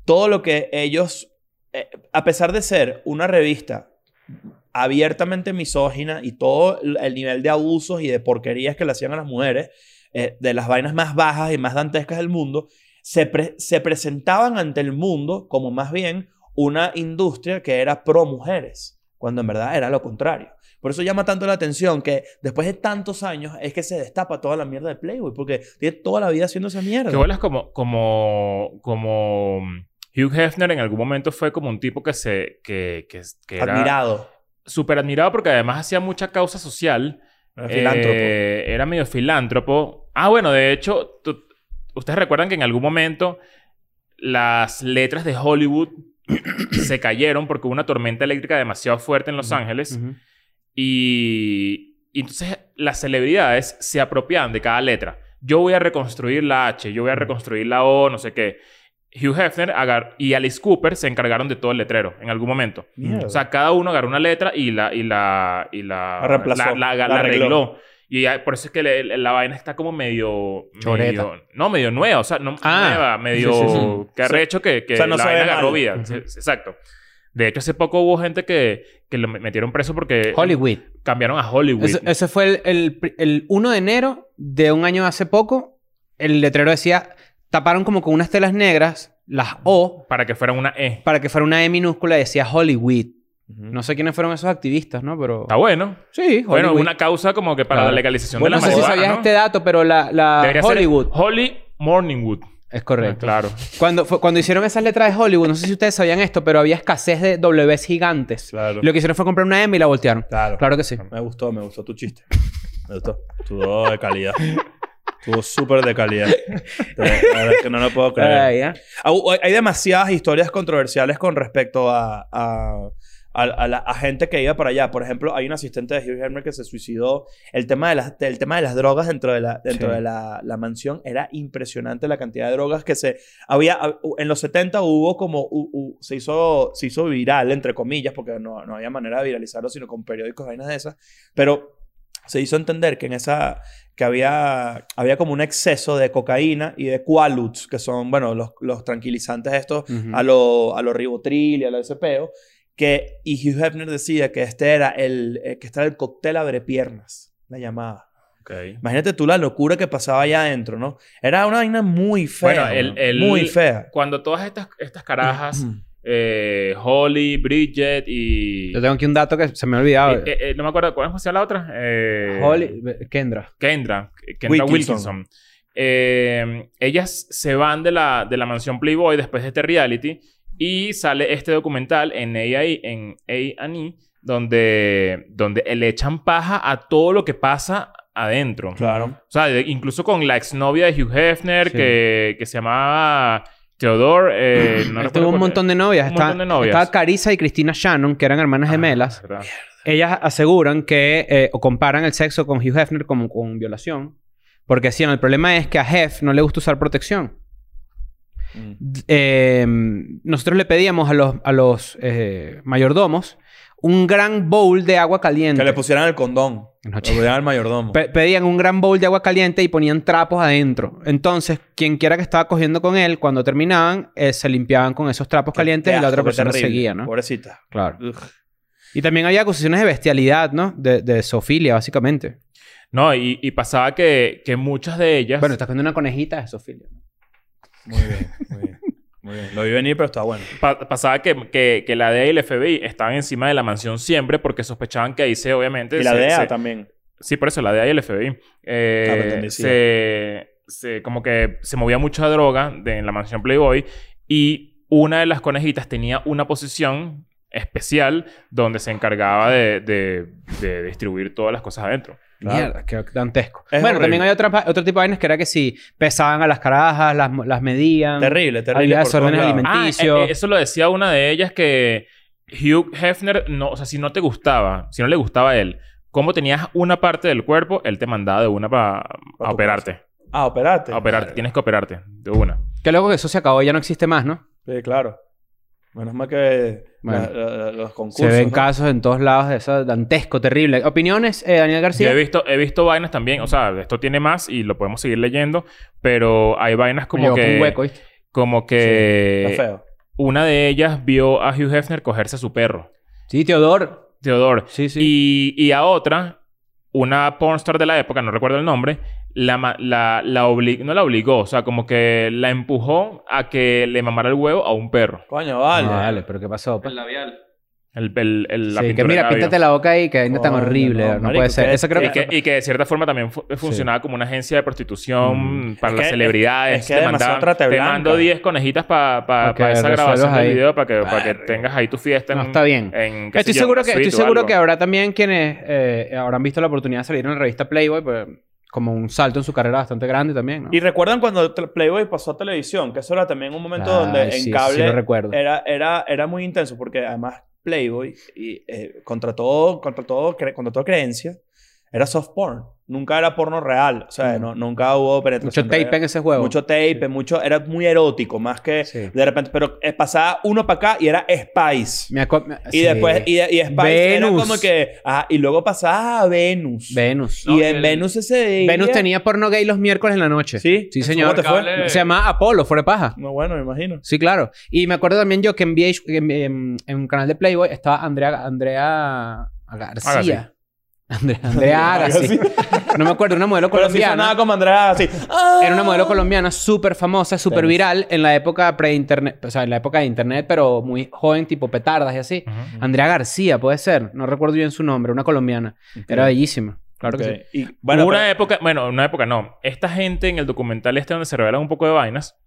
Speaker 3: todo lo que ellos, eh, a pesar de ser una revista abiertamente misógina y todo el el nivel de abusos y de porquerías que le hacían a las mujeres, eh, de las vainas más bajas y más dantescas del mundo, se, pre- se presentaban ante el mundo como más bien una industria que era pro mujeres, cuando en verdad era lo contrario. Por eso llama tanto la atención que después de tantos años es que se destapa toda la mierda de Playboy, porque tiene toda la vida haciendo esa mierda.
Speaker 2: Que vuelas como, como, como Hugh Hefner en algún momento fue como un tipo que se, que, que, que era
Speaker 3: Admirado.
Speaker 2: súper admirado porque además hacía mucha causa social.
Speaker 3: Era
Speaker 2: Eh,
Speaker 3: filántropo.
Speaker 2: era medio filántropo. Ah, bueno, de hecho, tú- ustedes recuerdan que en algún momento las letras de Hollywood se cayeron porque hubo una tormenta eléctrica demasiado fuerte en Los Ángeles.
Speaker 4: Ujú.
Speaker 3: eh,
Speaker 2: Y, y entonces las celebridades se apropian de cada letra. Yo voy a reconstruir la H, yo voy a reconstruir la O, no sé qué. Hugh Hefner agar- y Alice Cooper se encargaron de todo el letrero en algún momento.
Speaker 3: Mierda.
Speaker 2: O sea, cada uno agarró una letra y la... Y la, y la,
Speaker 3: La reemplazó,
Speaker 2: La, la-
Speaker 3: la
Speaker 2: la arregló.
Speaker 3: arregló.
Speaker 2: Y ya- por eso es que le- le- la vaina está como medio...
Speaker 4: Choreta.
Speaker 2: medio- no, medio nueva. O sea, no
Speaker 4: Ah.
Speaker 2: nueva. Medio...
Speaker 4: Sí, sí, sí.
Speaker 2: Que arrecho que, que
Speaker 3: o sea, no
Speaker 2: la
Speaker 3: se ve
Speaker 2: vaina
Speaker 3: mal.
Speaker 2: agarró vida.
Speaker 4: Ujú.
Speaker 2: Sí, Exacto. De hecho, hace poco hubo gente que, que lo metieron preso porque...
Speaker 4: Hollywood.
Speaker 2: Cambiaron a Hollywood.
Speaker 4: Ese, ese fue el, el pri- el 1 de enero de un año hace poco. El letrero decía, taparon como con unas telas negras las O
Speaker 2: Para que fueran una E.
Speaker 4: para que fuera una E minúscula y decía Hollywood. No sé quiénes fueron esos activistas, ¿no? Pero...
Speaker 2: Está bueno.
Speaker 4: Sí, Hollywood.
Speaker 2: Bueno, una causa como que para
Speaker 4: Claro.
Speaker 2: la legalización
Speaker 4: Bueno,
Speaker 2: de
Speaker 4: no
Speaker 2: la
Speaker 4: sé si
Speaker 2: marihuana,
Speaker 4: sabías
Speaker 2: ¿no?
Speaker 4: este dato, pero la, la
Speaker 2: Debería ser
Speaker 4: Hollywood
Speaker 2: Holly Morningwood.
Speaker 4: es correcto.
Speaker 2: Claro.
Speaker 4: Cuando, fue- cuando hicieron esas letras de Hollywood, no sé si ustedes sabían esto, pero había escasez de Ws gigantes.
Speaker 3: Claro.
Speaker 4: Lo que hicieron fue comprar una M y la voltearon.
Speaker 3: Claro.
Speaker 4: Claro que sí.
Speaker 3: Me gustó, me gustó tu chiste. Me gustó. Estuvo de calidad. Estuvo súper de calidad. La verdad es que no lo puedo creer.
Speaker 4: Ay, ¿eh?
Speaker 3: Ah, u- Hay demasiadas historias controversiales con respecto a, a, a- a la a gente que iba para allá. Por ejemplo, hay un asistente de Hugh Hefner que se suicidó. El tema de las, el tema de las drogas dentro de, la, dentro
Speaker 4: Sí.
Speaker 3: de la, la mansión era impresionante la cantidad de drogas que se... Había, hab- u- en los 70 hubo como... u- u- se, hizo, se hizo viral, entre comillas, porque no, no había manera de viralizarlo, sino con periódicos, vainas de esas. Pero se hizo entender que en esa que había, había como un exceso de cocaína y de qualuts, que son, bueno, los, los tranquilizantes estos
Speaker 4: Ujú.
Speaker 3: a los a lo ribotril y a lo ese peo, que y Hugh Hefner decía que este era el, eh, que este era el cóctel abre piernas, la llamaba. Imagínate tú la locura que pasaba allá adentro, ¿no? Era una vaina muy fea.
Speaker 2: Bueno, el-
Speaker 3: ¿no?
Speaker 2: el-
Speaker 3: muy fea. Mm,
Speaker 2: Cuando todas estas, estas carajas, eh, Holly, Bridget y...
Speaker 4: Yo tengo aquí un dato que se me ha olvidado.
Speaker 2: eh, eh, eh, no me acuerdo, ¿cuál es la otra? Eh,
Speaker 4: Holly... Kendra.
Speaker 2: Kendra, Kendra
Speaker 3: Wilkinson.
Speaker 2: Wilkinson. Eh, ellas se van de la, de la mansión Playboy después de este reality y sale este documental en A&E en A&E, donde, donde le echan paja a todo lo que pasa adentro.
Speaker 3: Claro.
Speaker 2: O sea, de- incluso con la exnovia de Hugh Hefner
Speaker 4: Sí.
Speaker 2: que, que se llamaba Theodore. eh, no
Speaker 4: Él
Speaker 2: recuerdo
Speaker 4: tuvo un
Speaker 2: cuál-
Speaker 4: montón de novias.
Speaker 2: un
Speaker 4: Estaba-
Speaker 2: montón de novias.
Speaker 4: Estaba Carissa y Cristina Shannon, que eran hermanas
Speaker 2: Ah,
Speaker 4: gemelas.
Speaker 2: verdad.
Speaker 4: Ellas aseguran que, eh, o comparan el sexo con Hugh Hefner como con violación. Porque sí, el problema es que a Hef no le gusta usar protección.
Speaker 3: Mm.
Speaker 4: D- eh, nosotros le pedíamos a los, a los eh, mayordomos un gran bowl de agua caliente.
Speaker 3: Que le pusieran el condón.
Speaker 4: No,
Speaker 3: Le
Speaker 4: chico.
Speaker 3: pusieran al mayordomo.
Speaker 4: Pe- pedían un gran bowl de agua caliente y ponían trapos adentro. Entonces, quien quiera que estaba cogiendo con él, cuando terminaban, eh, se limpiaban con esos trapos
Speaker 3: Qué
Speaker 4: calientes y la otra
Speaker 3: asco, qué
Speaker 4: persona
Speaker 3: terrible.
Speaker 4: seguía, ¿no?
Speaker 3: Pobrecita.
Speaker 4: Claro.
Speaker 3: Ugh.
Speaker 4: Y también había acusaciones de bestialidad, ¿no? De, de zoofilia, básicamente.
Speaker 2: No, y, y pasaba que, que muchas de ellas...
Speaker 4: Bueno, estás cogiendo una conejita de zoofilia.
Speaker 3: Muy bien, muy bien. Muy bien. Lo vi venir, pero está bueno.
Speaker 2: Pa- pasaba que, que, que la DEA y el FBI estaban encima de la mansión siempre porque sospechaban que ahí se, obviamente...
Speaker 3: Y la
Speaker 2: se-
Speaker 3: DEA
Speaker 2: se-
Speaker 3: también.
Speaker 2: Sí, por eso, la DEA y el FBI. Eh,
Speaker 3: Ah, pero entendí, sí.
Speaker 2: se, se- Como que se movía mucha droga de- en la mansión Playboy y una de las conejitas tenía una posición especial donde se encargaba de, de- de distribuir todas las cosas adentro.
Speaker 3: Claro.
Speaker 4: Mierda, qué dantesco.
Speaker 3: Es
Speaker 4: bueno,
Speaker 3: horrible.
Speaker 4: también hay otra pa- otro tipo de vainas que era que si pesaban a las carajas, las, mo- las medían.
Speaker 3: Terrible, terrible.
Speaker 4: Había
Speaker 3: por todos
Speaker 4: desórdenes
Speaker 3: lados.
Speaker 4: alimentarios.
Speaker 2: Ah,
Speaker 4: Menticio.
Speaker 2: eh, eh, eso lo decía una de ellas que Hugh Hefner, no, o sea, si no te gustaba, si no le gustaba a él, como tenías una parte del cuerpo, él te mandaba de una para
Speaker 3: Pa tu
Speaker 2: operarte.
Speaker 3: Ah, operarte.
Speaker 2: A operarte, tienes que operarte de una.
Speaker 4: Qué loco que eso se acabó, ya no existe más, ¿no?
Speaker 3: Sí, claro. Menos mal que
Speaker 4: Bueno.
Speaker 3: la- la- la- los concursos.
Speaker 4: Se ven
Speaker 3: ¿no?
Speaker 4: casos en todos lados de eso dantesco, terrible. ¿Opiniones, eh, Daniel
Speaker 2: Yo
Speaker 4: García?
Speaker 2: he visto, he visto vainas también, o sea, esto tiene más y lo podemos seguir leyendo, pero hay vainas como
Speaker 4: Llegó con
Speaker 2: que.
Speaker 4: un hueco, ¿viste?
Speaker 2: Como
Speaker 3: Está
Speaker 2: que
Speaker 3: feo.
Speaker 2: una de ellas vio a Hugh Hefner cogerse a su perro,
Speaker 4: Sí, Teodor.
Speaker 2: Theodore.
Speaker 4: Sí, sí.
Speaker 2: Y, y a otra, una pornstar de la época, no recuerdo el nombre, la, ma- la, la obli- no la obligó, o sea, como que la empujó a que le mamara el huevo a un perro.
Speaker 3: Coño,
Speaker 4: Ah,
Speaker 3: vale.
Speaker 4: Vale. pero ¿qué pasó? pues?
Speaker 6: El labial.
Speaker 2: El, el- el- la
Speaker 4: Sí, que
Speaker 2: pintura de
Speaker 4: mira,
Speaker 2: labio.
Speaker 4: píntate la boca y que venga tan
Speaker 3: Coño,
Speaker 4: horrible.
Speaker 3: no,
Speaker 4: No,
Speaker 3: marico,
Speaker 4: puede ser.
Speaker 3: que-
Speaker 4: Eso creo
Speaker 2: y
Speaker 4: que...
Speaker 2: que, y que de cierta forma también fu- funcionaba como una agencia de
Speaker 4: Mm.
Speaker 2: prostitución para
Speaker 3: Es
Speaker 2: las
Speaker 3: que-
Speaker 2: celebridades.
Speaker 3: es que
Speaker 2: te,
Speaker 3: demasiado
Speaker 2: mandaban-
Speaker 3: trata
Speaker 2: te
Speaker 3: blanca.
Speaker 2: mando 10 conejitas para
Speaker 4: Pa' que
Speaker 2: esa
Speaker 4: resuelvas
Speaker 2: grabación del
Speaker 4: ahí.
Speaker 2: video para que, pa' que
Speaker 4: Verga.
Speaker 2: tengas ahí tu fiesta. En,
Speaker 4: No, está bien.
Speaker 2: en, qué sé
Speaker 4: Estoy
Speaker 2: yo,
Speaker 4: seguro, que,
Speaker 2: suite
Speaker 4: estoy
Speaker 2: o
Speaker 4: seguro
Speaker 2: algo.
Speaker 4: que habrá también quienes eh, habrán visto la oportunidad de salir en la revista Playboy, pues, como un salto en su carrera bastante grande también, ¿no?
Speaker 3: Y recuerdan cuando Tl- Playboy pasó a televisión, que eso era también un momento
Speaker 4: Ay,
Speaker 3: donde
Speaker 4: sí,
Speaker 3: en cable
Speaker 4: Sí, lo recuerdo.
Speaker 3: era, era, era muy intenso, porque además Playboy, y, eh, contra, todo, contra, todo, cre- contra toda creencia, era soft porn. Nunca era porno real. O sea, no, nunca hubo
Speaker 4: Mm. Mucho
Speaker 3: penetración.
Speaker 4: tape
Speaker 3: real.
Speaker 4: en ese juego.
Speaker 3: Mucho tape,
Speaker 4: Sí.
Speaker 3: mucho, era muy erótico, más que
Speaker 4: Sí.
Speaker 3: de repente. Pero eh, pasaba uno para acá y era Spice.
Speaker 4: Me acu- me-
Speaker 3: Y
Speaker 4: sí.
Speaker 3: después, y, y Spice era
Speaker 4: Venus.
Speaker 3: como que. Ajá, y luego pasaba a Venus.
Speaker 4: Venus.
Speaker 3: Y
Speaker 6: No,
Speaker 3: en
Speaker 6: el-
Speaker 3: Venus ese día-
Speaker 4: Venus tenía porno gay los miércoles en la noche.
Speaker 3: Sí.
Speaker 4: Sí,
Speaker 3: ¿Cómo
Speaker 4: señor.
Speaker 3: te fue?
Speaker 6: Cable-
Speaker 4: Se llama Apolo, fuera de paja.
Speaker 3: No, bueno, me imagino.
Speaker 4: Sí, claro. Y me acuerdo también yo que en, VH, en, en- en un canal de Playboy estaba Andrea, Andrea García. Andrea, Andrea Agassi. No me acuerdo, una modelo
Speaker 3: Pero sí
Speaker 4: colombiana.
Speaker 3: sonaba como Andrea así. ¡Ah!
Speaker 4: Era una modelo colombiana súper famosa, súper
Speaker 3: Tenis.
Speaker 4: viral en la época pre-internet, o sea, en la época de internet, pero muy joven, tipo petardas y así.
Speaker 2: Ujú.
Speaker 4: Andrea García, puede ser, no recuerdo bien su nombre, una colombiana. Era bellísima, claro que sí.
Speaker 3: Ok. Y, bueno,
Speaker 2: Hubo una
Speaker 3: pero-
Speaker 2: época, bueno, una época no. Esta gente en el documental este donde se revelan un poco de vainas,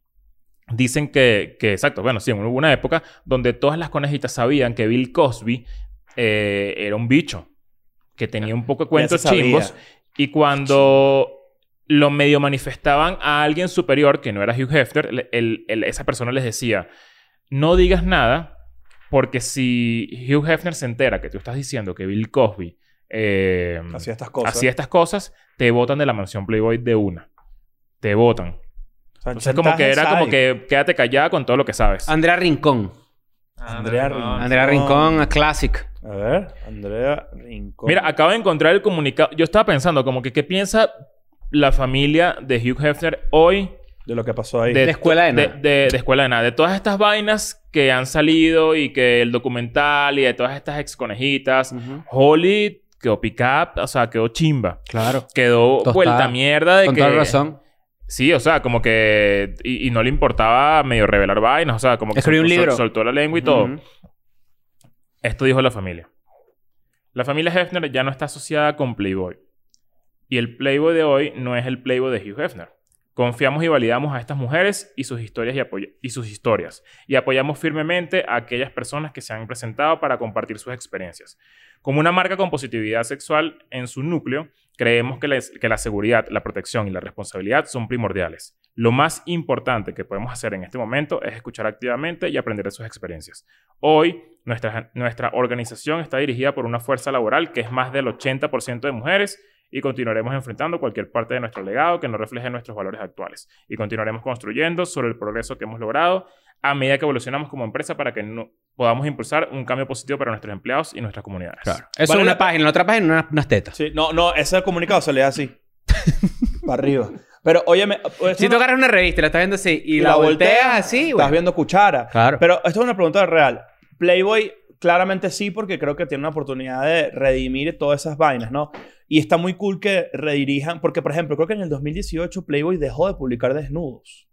Speaker 2: dicen que, que exacto, bueno, sí, hubo una época donde todas las conejitas sabían que Bill Cosby eh, era un bicho, que tenía un poco de cuentos
Speaker 3: se sabía.
Speaker 2: chingos. Y cuando lo medio manifestaban a alguien superior, que no era Hugh Hefner, le- el- el- esa persona les decía, no digas nada, porque si Hugh Hefner se entera que tú estás diciendo que Bill Cosby... eh,
Speaker 3: Hacía estas cosas.
Speaker 2: Así estas cosas, te botan de la mansión Playboy de una. Te botan.
Speaker 3: O sea,
Speaker 2: Entonces, como
Speaker 3: chantaje
Speaker 2: que era como
Speaker 3: sádico.
Speaker 2: que quédate callada con todo lo que sabes.
Speaker 4: Andrea Rincón.
Speaker 6: Ah,
Speaker 3: Andrea
Speaker 6: no,
Speaker 3: Rincón.
Speaker 4: Andrea Rincón, a classic.
Speaker 3: A ver, Andrea Rincón.
Speaker 2: Mira, acabo de encontrar el comunicado. Yo estaba pensando, como que, ¿qué piensa la familia de Hugh Hefner hoy
Speaker 3: de lo que pasó ahí.
Speaker 2: de,
Speaker 4: De escuela de
Speaker 2: de,
Speaker 4: nada.
Speaker 2: de- de escuela de nada? De todas estas vainas que han salido y que el documental y de todas estas ex conejitas.
Speaker 4: Ujú.
Speaker 2: Holly quedó pick up, o sea, quedó chimba.
Speaker 4: Claro.
Speaker 2: Quedó
Speaker 4: Tostada.
Speaker 2: vuelta mierda de
Speaker 4: Con
Speaker 2: que.
Speaker 4: toda razón.
Speaker 2: Sí, o sea, como que... Y, y no le importaba medio revelar vainas. O sea, como que...
Speaker 4: Escribió un
Speaker 2: soltó-
Speaker 4: libro.
Speaker 2: Soltó la lengua y todo.
Speaker 4: Ujú.
Speaker 2: Esto dijo la familia. La familia Hefner ya no está asociada con Playboy. Y el Playboy de hoy no es el Playboy de Hugh Hefner. Confiamos y validamos a estas mujeres y sus historias y, apoy- y sus historias. Y apoyamos firmemente a aquellas personas que se han presentado para compartir sus experiencias. Como una marca con positividad sexual en su núcleo, creemos que la, que la seguridad, la protección y la responsabilidad son primordiales. Lo más importante que podemos hacer en este momento es escuchar activamente y aprender de sus experiencias. Hoy, nuestra, nuestra organización está dirigida por una fuerza laboral que es más del 80% de mujeres y continuaremos enfrentando cualquier parte de nuestro legado que no refleje nuestros valores actuales. Y continuaremos construyendo sobre el progreso que hemos logrado a medida que evolucionamos como empresa para que no- podamos impulsar un cambio positivo para nuestros empleados y nuestras comunidades.
Speaker 4: Claro. Eso
Speaker 3: Vale
Speaker 4: es una
Speaker 3: la-
Speaker 4: página, la otra página unas, unas tetas.
Speaker 3: Sí, no, no, ese comunicado se le da así. para arriba. Pero, óyeme. pues, esto
Speaker 4: Si
Speaker 3: no-
Speaker 4: tú agarras una revista y la estás viendo así y, la, volteas, así,
Speaker 3: Estás
Speaker 4: güey.
Speaker 3: viendo cuchara.
Speaker 4: Claro.
Speaker 3: Pero esto es una pregunta real. Playboy, claramente sí, porque creo que tiene una oportunidad de redimir todas esas vainas, ¿no? Y está muy cool que redirijan, porque por ejemplo, creo que en el 2018 Playboy dejó de publicar desnudos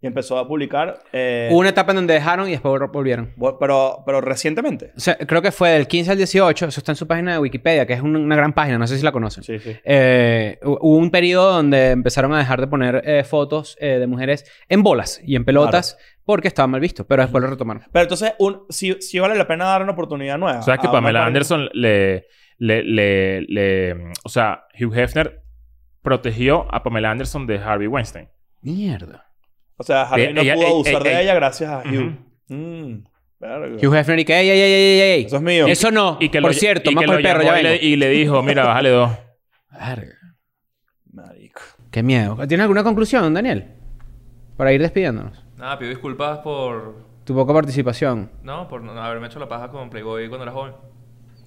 Speaker 3: y empezó a publicar. eh,
Speaker 4: Hubo una etapa en donde dejaron y después vol- volvieron.
Speaker 3: bo- Pero, pero recientemente.
Speaker 4: O sea, creo que fue del 15 al 18. Eso está en su página de Wikipedia, que es un- una gran página. No sé si la conocen.
Speaker 3: Sí, sí.
Speaker 4: Eh, hu- hubo un periodo donde empezaron a dejar de poner eh, fotos eh, de mujeres en bolas y en pelotas porque estaba mal visto. Pero después lo retomaron.
Speaker 3: Pero entonces, un, sí, sí vale la pena dar una oportunidad nueva.
Speaker 2: ¿Sabes que
Speaker 3: a una
Speaker 2: Pamela
Speaker 3: página-
Speaker 2: Anderson le, le, le, le- O sea, Hugh Hefner protegió a Pamela Anderson de Harvey Weinstein.
Speaker 4: Mierda.
Speaker 3: O sea, Harvey
Speaker 2: Eh,
Speaker 3: no
Speaker 2: ella-
Speaker 3: pudo
Speaker 2: eh,
Speaker 3: abusar
Speaker 2: eh,
Speaker 3: de
Speaker 2: eh.
Speaker 3: ella gracias a Hugh.
Speaker 2: Ujú.
Speaker 3: Mm, verga.
Speaker 4: Hugh Hefner y que, ey, ey, ey, ey, ey, ey.
Speaker 3: Eso es mío.
Speaker 4: Eso no. Por
Speaker 2: lo-
Speaker 4: cierto,
Speaker 2: y que
Speaker 4: más por
Speaker 2: lo
Speaker 4: el perro,
Speaker 2: llamó
Speaker 4: ya
Speaker 2: y, le,
Speaker 4: vengo.
Speaker 2: y le dijo, mira, bájale dos.
Speaker 4: Verga.
Speaker 3: Marico.
Speaker 4: Qué miedo. ¿Tienes alguna conclusión, Daniel? Para ir despidiéndonos.
Speaker 6: Nada, pido disculpas por
Speaker 4: Tu poca participación.
Speaker 6: No, por no haberme hecho la paja con Playboy cuando era joven.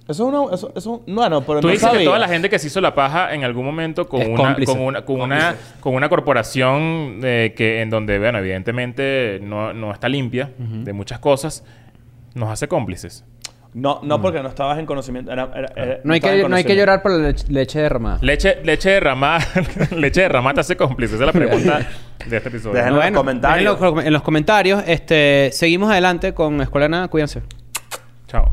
Speaker 3: Eso es una. Eso, eso, no, no, pero
Speaker 2: Tú
Speaker 3: no
Speaker 2: dices que
Speaker 3: sabía.
Speaker 2: toda la gente que se hizo la paja en algún momento con
Speaker 4: Es
Speaker 2: una
Speaker 4: cómplice.
Speaker 2: con una, con una con una corporación eh, que en donde bueno evidentemente no, no está limpia de muchas cosas nos hace cómplices.
Speaker 3: No, no, porque no estabas en conocimiento.
Speaker 2: Ah.
Speaker 3: era- era- era-
Speaker 4: No hay,
Speaker 3: estabas
Speaker 4: que,
Speaker 3: en
Speaker 4: no hay que
Speaker 3: conocimiento.
Speaker 4: llorar por la lech- leche derramada.
Speaker 2: Leche leche derramada leche derramada te hace cómplice. Esa es la pregunta de este episodio.
Speaker 3: Déjenlo
Speaker 4: En
Speaker 3: en los comentarios.
Speaker 4: los, com- en los comentarios, este, seguimos adelante con Escuela de Nada. Cuídense.
Speaker 2: Chao.